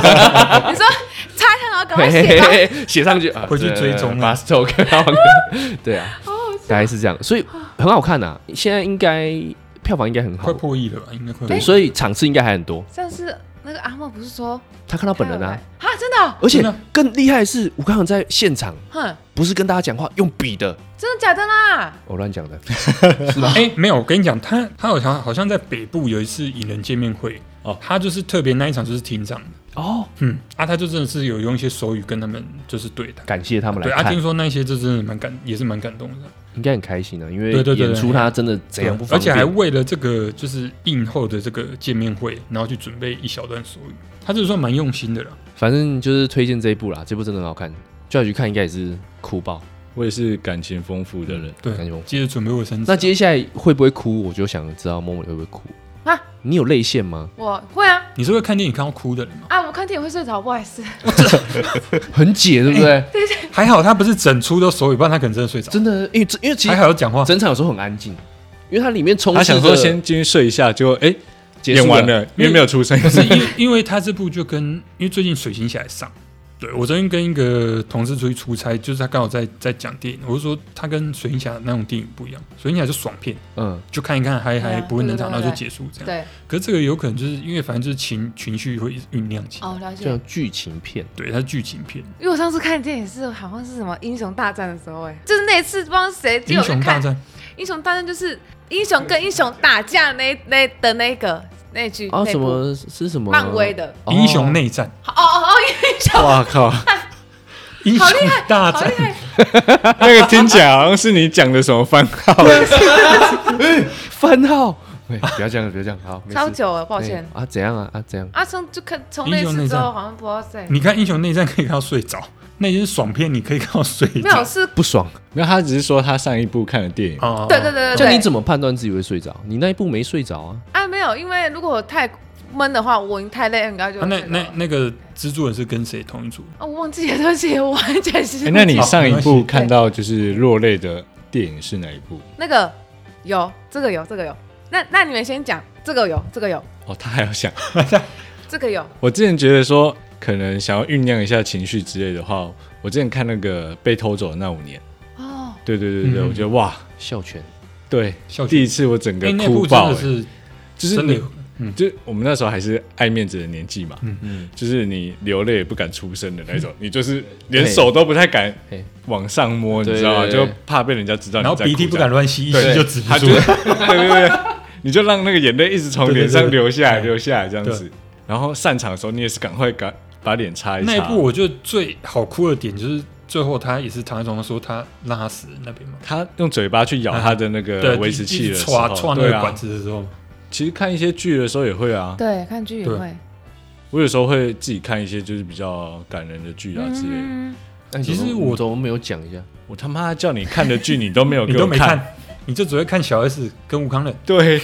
[SPEAKER 3] 擦一下，然后赶快写吧，
[SPEAKER 1] *laughs* 写上去啊，
[SPEAKER 4] 回去追踪啊
[SPEAKER 1] s t o k 对啊，大概是这样，所以很好看呐、现在应该票房应该很好
[SPEAKER 4] 快，破亿了吧？应该快破
[SPEAKER 1] 对，
[SPEAKER 4] 亿。
[SPEAKER 1] 所以场次应该还很多。
[SPEAKER 3] 上次那个阿莫不是说
[SPEAKER 1] 他看到本人啊，
[SPEAKER 3] 他有来啊，真的哦，
[SPEAKER 1] 而且
[SPEAKER 4] 真的
[SPEAKER 1] 更厉害的是，吴康仁在现场
[SPEAKER 3] 哼，
[SPEAKER 1] 不是跟大家讲话，用笔的，
[SPEAKER 3] 真的假的啦？
[SPEAKER 1] 我乱讲的。
[SPEAKER 4] 哎，没有，我跟你讲，他他好像好像在北部有一次影人见面会
[SPEAKER 2] 哦
[SPEAKER 4] 他就是特别那一场就是厅长，
[SPEAKER 1] 哦，
[SPEAKER 4] 嗯，啊，他就真的是有用一些手语跟他们就是对谈。
[SPEAKER 1] 感谢他们
[SPEAKER 4] 对
[SPEAKER 1] 来
[SPEAKER 4] 啊，
[SPEAKER 1] 看
[SPEAKER 4] 听，说那些就真的蛮感，也是蛮感动的，
[SPEAKER 1] 应该很开心啊，因为
[SPEAKER 4] 对对对
[SPEAKER 1] 演出他真的怎样不
[SPEAKER 4] 啊而
[SPEAKER 1] 方
[SPEAKER 4] 且
[SPEAKER 1] 便，
[SPEAKER 4] 还为了这个就是映后的这个见面会，然后去准备一小段手语，他这算蛮用心的了。
[SPEAKER 1] 反正就是推荐这一部啦，这部真的很好看，叫你去看应该也是哭爆
[SPEAKER 2] 我也是感情丰富的人，
[SPEAKER 4] 对
[SPEAKER 1] 感觉我。
[SPEAKER 4] 接着准备卫生纸
[SPEAKER 1] 那，接下来会不会哭？我就想知道默默你会不会哭
[SPEAKER 3] 啊？
[SPEAKER 1] 你有泪腺吗？
[SPEAKER 3] 我会啊，
[SPEAKER 4] 你是会看电影看到哭的人吗？
[SPEAKER 3] 啊，我看电影会睡着，不好意思，
[SPEAKER 1] 很解，对不对？
[SPEAKER 3] 哎
[SPEAKER 4] 还好他不是整出都手语，不然他可能真的睡着。
[SPEAKER 1] 真的，因为因为其
[SPEAKER 4] 还
[SPEAKER 1] 实
[SPEAKER 4] 好有讲话，
[SPEAKER 1] 整场有时候很安静，因为它里面充
[SPEAKER 2] 他
[SPEAKER 1] 斥
[SPEAKER 2] 想
[SPEAKER 1] 着
[SPEAKER 2] 说先进去睡一下，结果哎
[SPEAKER 1] 结束
[SPEAKER 2] 演完了，因为没有出声音
[SPEAKER 4] 不，是因为因为他这部就跟因为最近水星起来上，对我昨天跟一个同事出去出差，就是他刚好在在讲电影，我就说他跟水星侠那种电影不一样，水星侠就爽片，
[SPEAKER 1] 嗯，
[SPEAKER 4] 就看一看嗨
[SPEAKER 3] 对
[SPEAKER 4] 嗨，
[SPEAKER 3] 啊
[SPEAKER 4] 不会冷场，
[SPEAKER 3] 对对
[SPEAKER 4] 然
[SPEAKER 3] 对
[SPEAKER 4] 后就结束这样。
[SPEAKER 3] 对，
[SPEAKER 4] 可是这个有可能就是因为反正就是情情绪会一直酝酿起来，
[SPEAKER 3] 哦，了
[SPEAKER 1] 就
[SPEAKER 3] 解
[SPEAKER 1] 像。剧情片，
[SPEAKER 4] 对，它是剧情片，
[SPEAKER 3] 因为我上次看电影是好像是什么英雄大战的时候、哎，就是那一次不知道谁就
[SPEAKER 4] 英
[SPEAKER 3] 有在
[SPEAKER 4] 雄大
[SPEAKER 3] 看
[SPEAKER 4] 战
[SPEAKER 3] 英雄大战，就是英雄跟英雄打架那那的那个那句
[SPEAKER 2] 哦
[SPEAKER 1] 啊，
[SPEAKER 3] 那
[SPEAKER 1] 什
[SPEAKER 3] 部
[SPEAKER 1] 么是什么？
[SPEAKER 3] 漫威的，
[SPEAKER 1] 哦
[SPEAKER 4] 英雄内战，
[SPEAKER 3] 哦哦哦，
[SPEAKER 2] 哇靠，
[SPEAKER 4] 英雄大
[SPEAKER 3] 好
[SPEAKER 4] 战
[SPEAKER 3] 厉，害！
[SPEAKER 2] *laughs* 那个听起来好像是你讲的什么番号？
[SPEAKER 1] 番号。哎不要这样，不要这样，好，没事
[SPEAKER 3] 超久了，抱歉
[SPEAKER 1] 哎。啊，怎样啊啊怎样？
[SPEAKER 3] 阿从就看从
[SPEAKER 4] 英
[SPEAKER 3] 那
[SPEAKER 4] 雄
[SPEAKER 3] 次
[SPEAKER 4] 内
[SPEAKER 3] 之
[SPEAKER 4] 战
[SPEAKER 3] 后，好像不知道在
[SPEAKER 4] 你看英雄内战可以看到睡着，那些爽片你可以看到睡
[SPEAKER 3] 没有
[SPEAKER 4] 着。
[SPEAKER 3] 是，
[SPEAKER 1] 不爽，
[SPEAKER 2] 没有，他只是说他上一部看的电影。
[SPEAKER 4] 哦
[SPEAKER 3] 对对对对
[SPEAKER 1] 这样
[SPEAKER 3] 对，
[SPEAKER 1] 你怎么判断自己会睡着？你那一步没睡着啊？
[SPEAKER 3] 啊没有，因为如果我太闷的话，我已经太累，应该就
[SPEAKER 4] 啊那
[SPEAKER 3] 睡着
[SPEAKER 4] 那
[SPEAKER 3] 了
[SPEAKER 4] 那个蜘蛛人是跟谁同一组？
[SPEAKER 3] 啊我忘记了，对不起，我完全是
[SPEAKER 2] 哎，那你
[SPEAKER 4] 好
[SPEAKER 2] 上一
[SPEAKER 4] 没关系
[SPEAKER 2] 部看到就是落泪的电影是哪一部？
[SPEAKER 3] 那个有这个有这个有，那那你们先讲这个有这个有
[SPEAKER 2] 哦，他还要想。
[SPEAKER 3] 这个有，
[SPEAKER 2] 我之前觉得说，可能想要酝酿一下情绪之类的话，我之前看那个被偷走的那五年，
[SPEAKER 3] 哦，
[SPEAKER 2] 对对对对，
[SPEAKER 4] 嗯
[SPEAKER 2] 我觉得哇，
[SPEAKER 1] 孝权，
[SPEAKER 2] 对
[SPEAKER 4] 笑，
[SPEAKER 2] 第一次我整个
[SPEAKER 4] 哎，那
[SPEAKER 2] 哭
[SPEAKER 4] 部真
[SPEAKER 2] 爆、
[SPEAKER 4] 的
[SPEAKER 2] 欸，
[SPEAKER 4] 是
[SPEAKER 2] 就是
[SPEAKER 4] 真的
[SPEAKER 2] 你
[SPEAKER 4] 有，
[SPEAKER 2] 就是我们那时候还是爱面子的年纪嘛，
[SPEAKER 1] 嗯，
[SPEAKER 2] 就是你流泪也不敢出声的那 *laughs* 种，你就是连
[SPEAKER 1] 对
[SPEAKER 2] 手都不太敢
[SPEAKER 1] 嘿
[SPEAKER 2] 往上摸，你
[SPEAKER 1] 对
[SPEAKER 2] 知道吗？
[SPEAKER 1] 对对
[SPEAKER 2] 就怕被人家知道
[SPEAKER 4] 然
[SPEAKER 2] 你
[SPEAKER 4] 后
[SPEAKER 2] 在
[SPEAKER 4] 鼻涕
[SPEAKER 2] 哭
[SPEAKER 4] 不
[SPEAKER 2] 这样
[SPEAKER 4] 敢，乱吸，一
[SPEAKER 2] 对
[SPEAKER 4] 吸就止不
[SPEAKER 2] 他
[SPEAKER 4] 住
[SPEAKER 2] 就对。对对，你就让那个眼泪一直从
[SPEAKER 4] 对对
[SPEAKER 2] 脸上
[SPEAKER 4] 对对
[SPEAKER 2] 流下来，
[SPEAKER 4] 对
[SPEAKER 2] 流下来这样
[SPEAKER 4] 对
[SPEAKER 2] 子。然后散场的时候，你也是赶快赶把脸擦一擦。
[SPEAKER 4] 那一部我觉得最好哭的点就是最后他也是躺在床上说他让他死那边嘛，
[SPEAKER 2] 他用嘴巴去咬他的那
[SPEAKER 4] 对啊
[SPEAKER 2] 个，啊维持器的时
[SPEAKER 4] 刷
[SPEAKER 2] 候，
[SPEAKER 4] 刷那
[SPEAKER 2] 对
[SPEAKER 4] 个
[SPEAKER 2] 啊
[SPEAKER 4] 管，子的时候，
[SPEAKER 2] 其实看一些剧的时候也会啊，
[SPEAKER 3] 对，看剧也
[SPEAKER 4] 对
[SPEAKER 3] 会，
[SPEAKER 2] 我有时候会自己看一些就是比较感人的剧啊之类的。
[SPEAKER 3] 嗯，
[SPEAKER 1] 但
[SPEAKER 4] 其实我
[SPEAKER 1] 怎么没有讲一下？
[SPEAKER 2] 我他妈叫你看的剧，你都没有
[SPEAKER 4] 你
[SPEAKER 2] 给
[SPEAKER 4] 都
[SPEAKER 2] 我
[SPEAKER 4] 没
[SPEAKER 2] 看，
[SPEAKER 4] 看，你就只会看小 S 跟吴康仁
[SPEAKER 2] 对，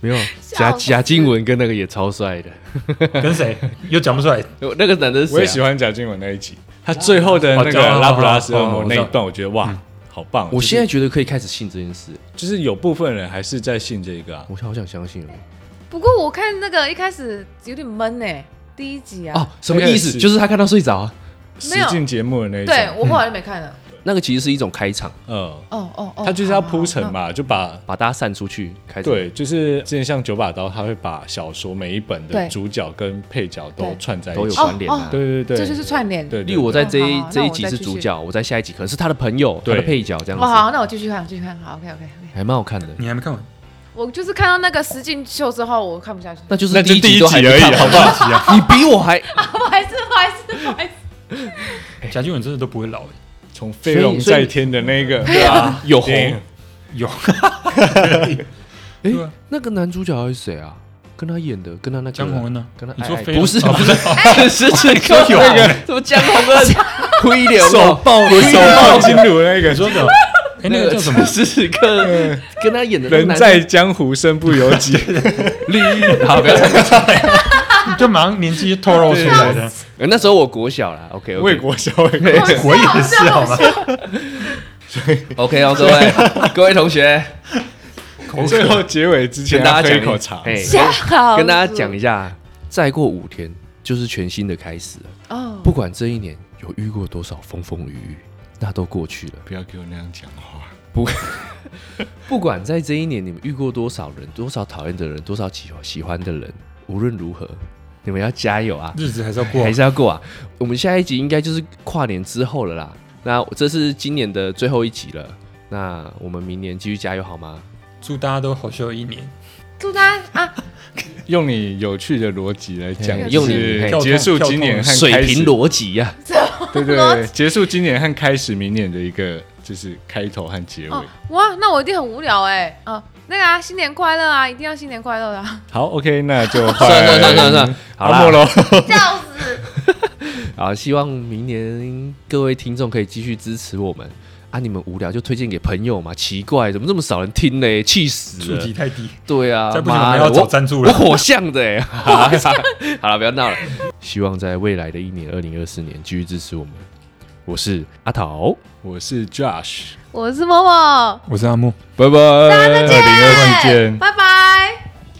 [SPEAKER 1] 没有，啊
[SPEAKER 3] 死
[SPEAKER 1] 贾贾静雯跟那个也超帅的，
[SPEAKER 2] *laughs*
[SPEAKER 4] 跟谁又讲不出来，
[SPEAKER 1] 那个男的
[SPEAKER 2] 我
[SPEAKER 1] 是
[SPEAKER 2] 也喜
[SPEAKER 1] 谁啊？
[SPEAKER 2] 欢贾静雯那一集，她最后的那
[SPEAKER 4] 哦
[SPEAKER 2] 个
[SPEAKER 4] 对哦
[SPEAKER 2] 拉普拉斯恶
[SPEAKER 4] 哦
[SPEAKER 2] 魔
[SPEAKER 4] 哦
[SPEAKER 2] 那一段，我觉得哇，好棒！
[SPEAKER 1] 我
[SPEAKER 2] 就是
[SPEAKER 1] 现在觉得可以开始信这件事，
[SPEAKER 2] 就是有部分人还是在信这个啊，
[SPEAKER 1] 我好想相信哦。
[SPEAKER 3] 不过我看那个一开始有点闷呢，第一集啊，
[SPEAKER 1] 哦，什么意
[SPEAKER 2] 那
[SPEAKER 1] 思？
[SPEAKER 2] 个是
[SPEAKER 1] 就是他看到睡着啊？
[SPEAKER 2] 实
[SPEAKER 3] 没有
[SPEAKER 2] 境节目的那一
[SPEAKER 3] 对
[SPEAKER 2] 种，
[SPEAKER 3] 我后来就没看了，
[SPEAKER 1] 那个其实是一种开场，
[SPEAKER 2] 嗯，
[SPEAKER 3] 哦哦哦，
[SPEAKER 2] 他就是要
[SPEAKER 3] 好
[SPEAKER 2] 铺陈，
[SPEAKER 3] 好
[SPEAKER 2] 嘛，就把
[SPEAKER 1] 把大家散出去开场。
[SPEAKER 2] 对，就是之前像九把刀，他会把小说每一本的
[SPEAKER 3] 对
[SPEAKER 2] 主角跟配角都
[SPEAKER 3] 对
[SPEAKER 2] 串在
[SPEAKER 1] 都
[SPEAKER 2] 一
[SPEAKER 1] 有
[SPEAKER 2] 起，
[SPEAKER 1] 关联啊
[SPEAKER 3] 哦。
[SPEAKER 2] 对对
[SPEAKER 3] 那
[SPEAKER 2] 对，
[SPEAKER 3] 这就是串联，
[SPEAKER 2] 对，对
[SPEAKER 1] 例如我在这
[SPEAKER 3] 好
[SPEAKER 1] 一
[SPEAKER 3] 好
[SPEAKER 1] 这
[SPEAKER 3] 那
[SPEAKER 1] 一
[SPEAKER 3] 我
[SPEAKER 1] 集
[SPEAKER 3] 再
[SPEAKER 1] 是
[SPEAKER 3] 继
[SPEAKER 1] 主
[SPEAKER 3] 续
[SPEAKER 1] 角，我在下一集可能是他的朋友，他
[SPEAKER 2] 对
[SPEAKER 1] 的配角这
[SPEAKER 3] 哦，
[SPEAKER 1] 样子，
[SPEAKER 3] 好，那我继续看，继续看，好，OK OK OK。
[SPEAKER 1] 还蛮好看的。
[SPEAKER 4] 你还没看完，
[SPEAKER 3] 我就是看到那个石进秀之后，我看不下去。
[SPEAKER 1] 那就是
[SPEAKER 2] 那就
[SPEAKER 1] 一
[SPEAKER 2] 第一
[SPEAKER 1] 都还
[SPEAKER 2] 集
[SPEAKER 1] 没
[SPEAKER 2] 而已，啊
[SPEAKER 1] 看完
[SPEAKER 4] 啊
[SPEAKER 2] 好不好？ *laughs*
[SPEAKER 3] 啊
[SPEAKER 1] 你比我 *laughs* 还
[SPEAKER 3] *laughs* 不好意思，不好意思，不好意思。
[SPEAKER 4] 贾静雯真的都不会老、欸，
[SPEAKER 2] 从飞龙在天的那个，对啊，
[SPEAKER 1] 有红。
[SPEAKER 2] 电影
[SPEAKER 4] *laughs* 有
[SPEAKER 1] 哎
[SPEAKER 4] 对啊，
[SPEAKER 1] 那个男主角还是谁啊？跟他演的，跟他那个
[SPEAKER 4] 江宏恩呢、
[SPEAKER 1] 跟他
[SPEAKER 4] 啊你说
[SPEAKER 1] 哎哎
[SPEAKER 4] 飞
[SPEAKER 1] 不是哎
[SPEAKER 4] 哦不是、
[SPEAKER 1] 是这 *laughs* 个
[SPEAKER 4] 有
[SPEAKER 1] 那个什么
[SPEAKER 3] *laughs*
[SPEAKER 1] 江宏恩、灰哦流
[SPEAKER 2] 手
[SPEAKER 1] 抱
[SPEAKER 2] 手抱啊金炉那个，
[SPEAKER 4] 你说 *laughs* 的，哎、那个叫什么？
[SPEAKER 1] 时时刻跟他演的那个
[SPEAKER 2] 人
[SPEAKER 1] 男
[SPEAKER 2] 在江湖身不由
[SPEAKER 1] *laughs*
[SPEAKER 2] 己，
[SPEAKER 1] 绿，好不要讲。
[SPEAKER 4] 你 *laughs* 就马上年纪就透露出来的，
[SPEAKER 1] 呃那时候我国小啦，OK
[SPEAKER 2] 为
[SPEAKER 1] OK
[SPEAKER 2] 国小为国。
[SPEAKER 4] 我也是好吗？
[SPEAKER 1] OK 哦，各
[SPEAKER 4] *laughs*
[SPEAKER 1] 位各位同学，
[SPEAKER 2] *laughs* 最后结尾之前，
[SPEAKER 1] 跟大家
[SPEAKER 2] 喝
[SPEAKER 1] 讲
[SPEAKER 2] 一口茶。
[SPEAKER 1] 嘿
[SPEAKER 3] 吓好，
[SPEAKER 1] 跟大家讲一下，再过五天就是全新的开始了。
[SPEAKER 3] 哦，
[SPEAKER 1] 不管这一年有遇过多少风风雨雨，那都过去了。
[SPEAKER 2] 不要给我那样讲话，
[SPEAKER 1] 不管在这一年你们遇过多少人，多少讨厌的人，多少喜喜欢的人，无论如何，你们要加油啊！
[SPEAKER 4] 日子还是要过啊
[SPEAKER 1] 还，是要过啊。我们下一集应该就是跨年之后了啦。那这是今年的最后一集了，那我们明年继续加油好吗？
[SPEAKER 4] 祝大家都好笑一年，
[SPEAKER 3] 祝大家啊，
[SPEAKER 2] 用你有趣的逻辑来讲，
[SPEAKER 1] 嘿
[SPEAKER 2] 就
[SPEAKER 1] 用你
[SPEAKER 2] 是
[SPEAKER 1] 嘿
[SPEAKER 2] 结束今年和开
[SPEAKER 1] 水
[SPEAKER 2] 始
[SPEAKER 1] 平，逻辑啊呀，
[SPEAKER 2] 对 *laughs*
[SPEAKER 3] 逻
[SPEAKER 2] 对，
[SPEAKER 3] 辑
[SPEAKER 2] 结束今年和开始明年的一个就是开头和结尾
[SPEAKER 3] 哦。哇，那我一定很无聊哎哦，那个啊，新年快乐啊，一定要新年快乐的
[SPEAKER 2] *laughs*
[SPEAKER 3] 啊， *laughs*
[SPEAKER 2] 好，OK，那就 *laughs* 换
[SPEAKER 1] 算了算了算了算
[SPEAKER 4] 嗯
[SPEAKER 1] 了，好
[SPEAKER 2] 阿莫
[SPEAKER 1] 啦，
[SPEAKER 2] 喽。
[SPEAKER 3] 笑死！
[SPEAKER 1] 好，希望明年各位听众可以继续支持我们啊！你们无聊就推荐给朋友嘛，奇怪，怎么这么少人听呢？气死
[SPEAKER 4] 触
[SPEAKER 1] 了
[SPEAKER 4] 及！太低，
[SPEAKER 1] 对啊，
[SPEAKER 4] 再不行我
[SPEAKER 1] 妈
[SPEAKER 4] 们
[SPEAKER 1] 的
[SPEAKER 4] 要找
[SPEAKER 1] 我
[SPEAKER 4] 赞助
[SPEAKER 1] 我
[SPEAKER 4] 了。
[SPEAKER 1] 火象的 *laughs* 哎、欸，好了，不要闹了。希望在未来的一年，二零二四年继续支持我们。我是阿桃，
[SPEAKER 2] 我是 Josh，
[SPEAKER 3] 我是默默，
[SPEAKER 4] 我是阿木。
[SPEAKER 2] 拜拜，二零
[SPEAKER 3] 大家再见
[SPEAKER 2] 二四见。
[SPEAKER 3] 拜拜。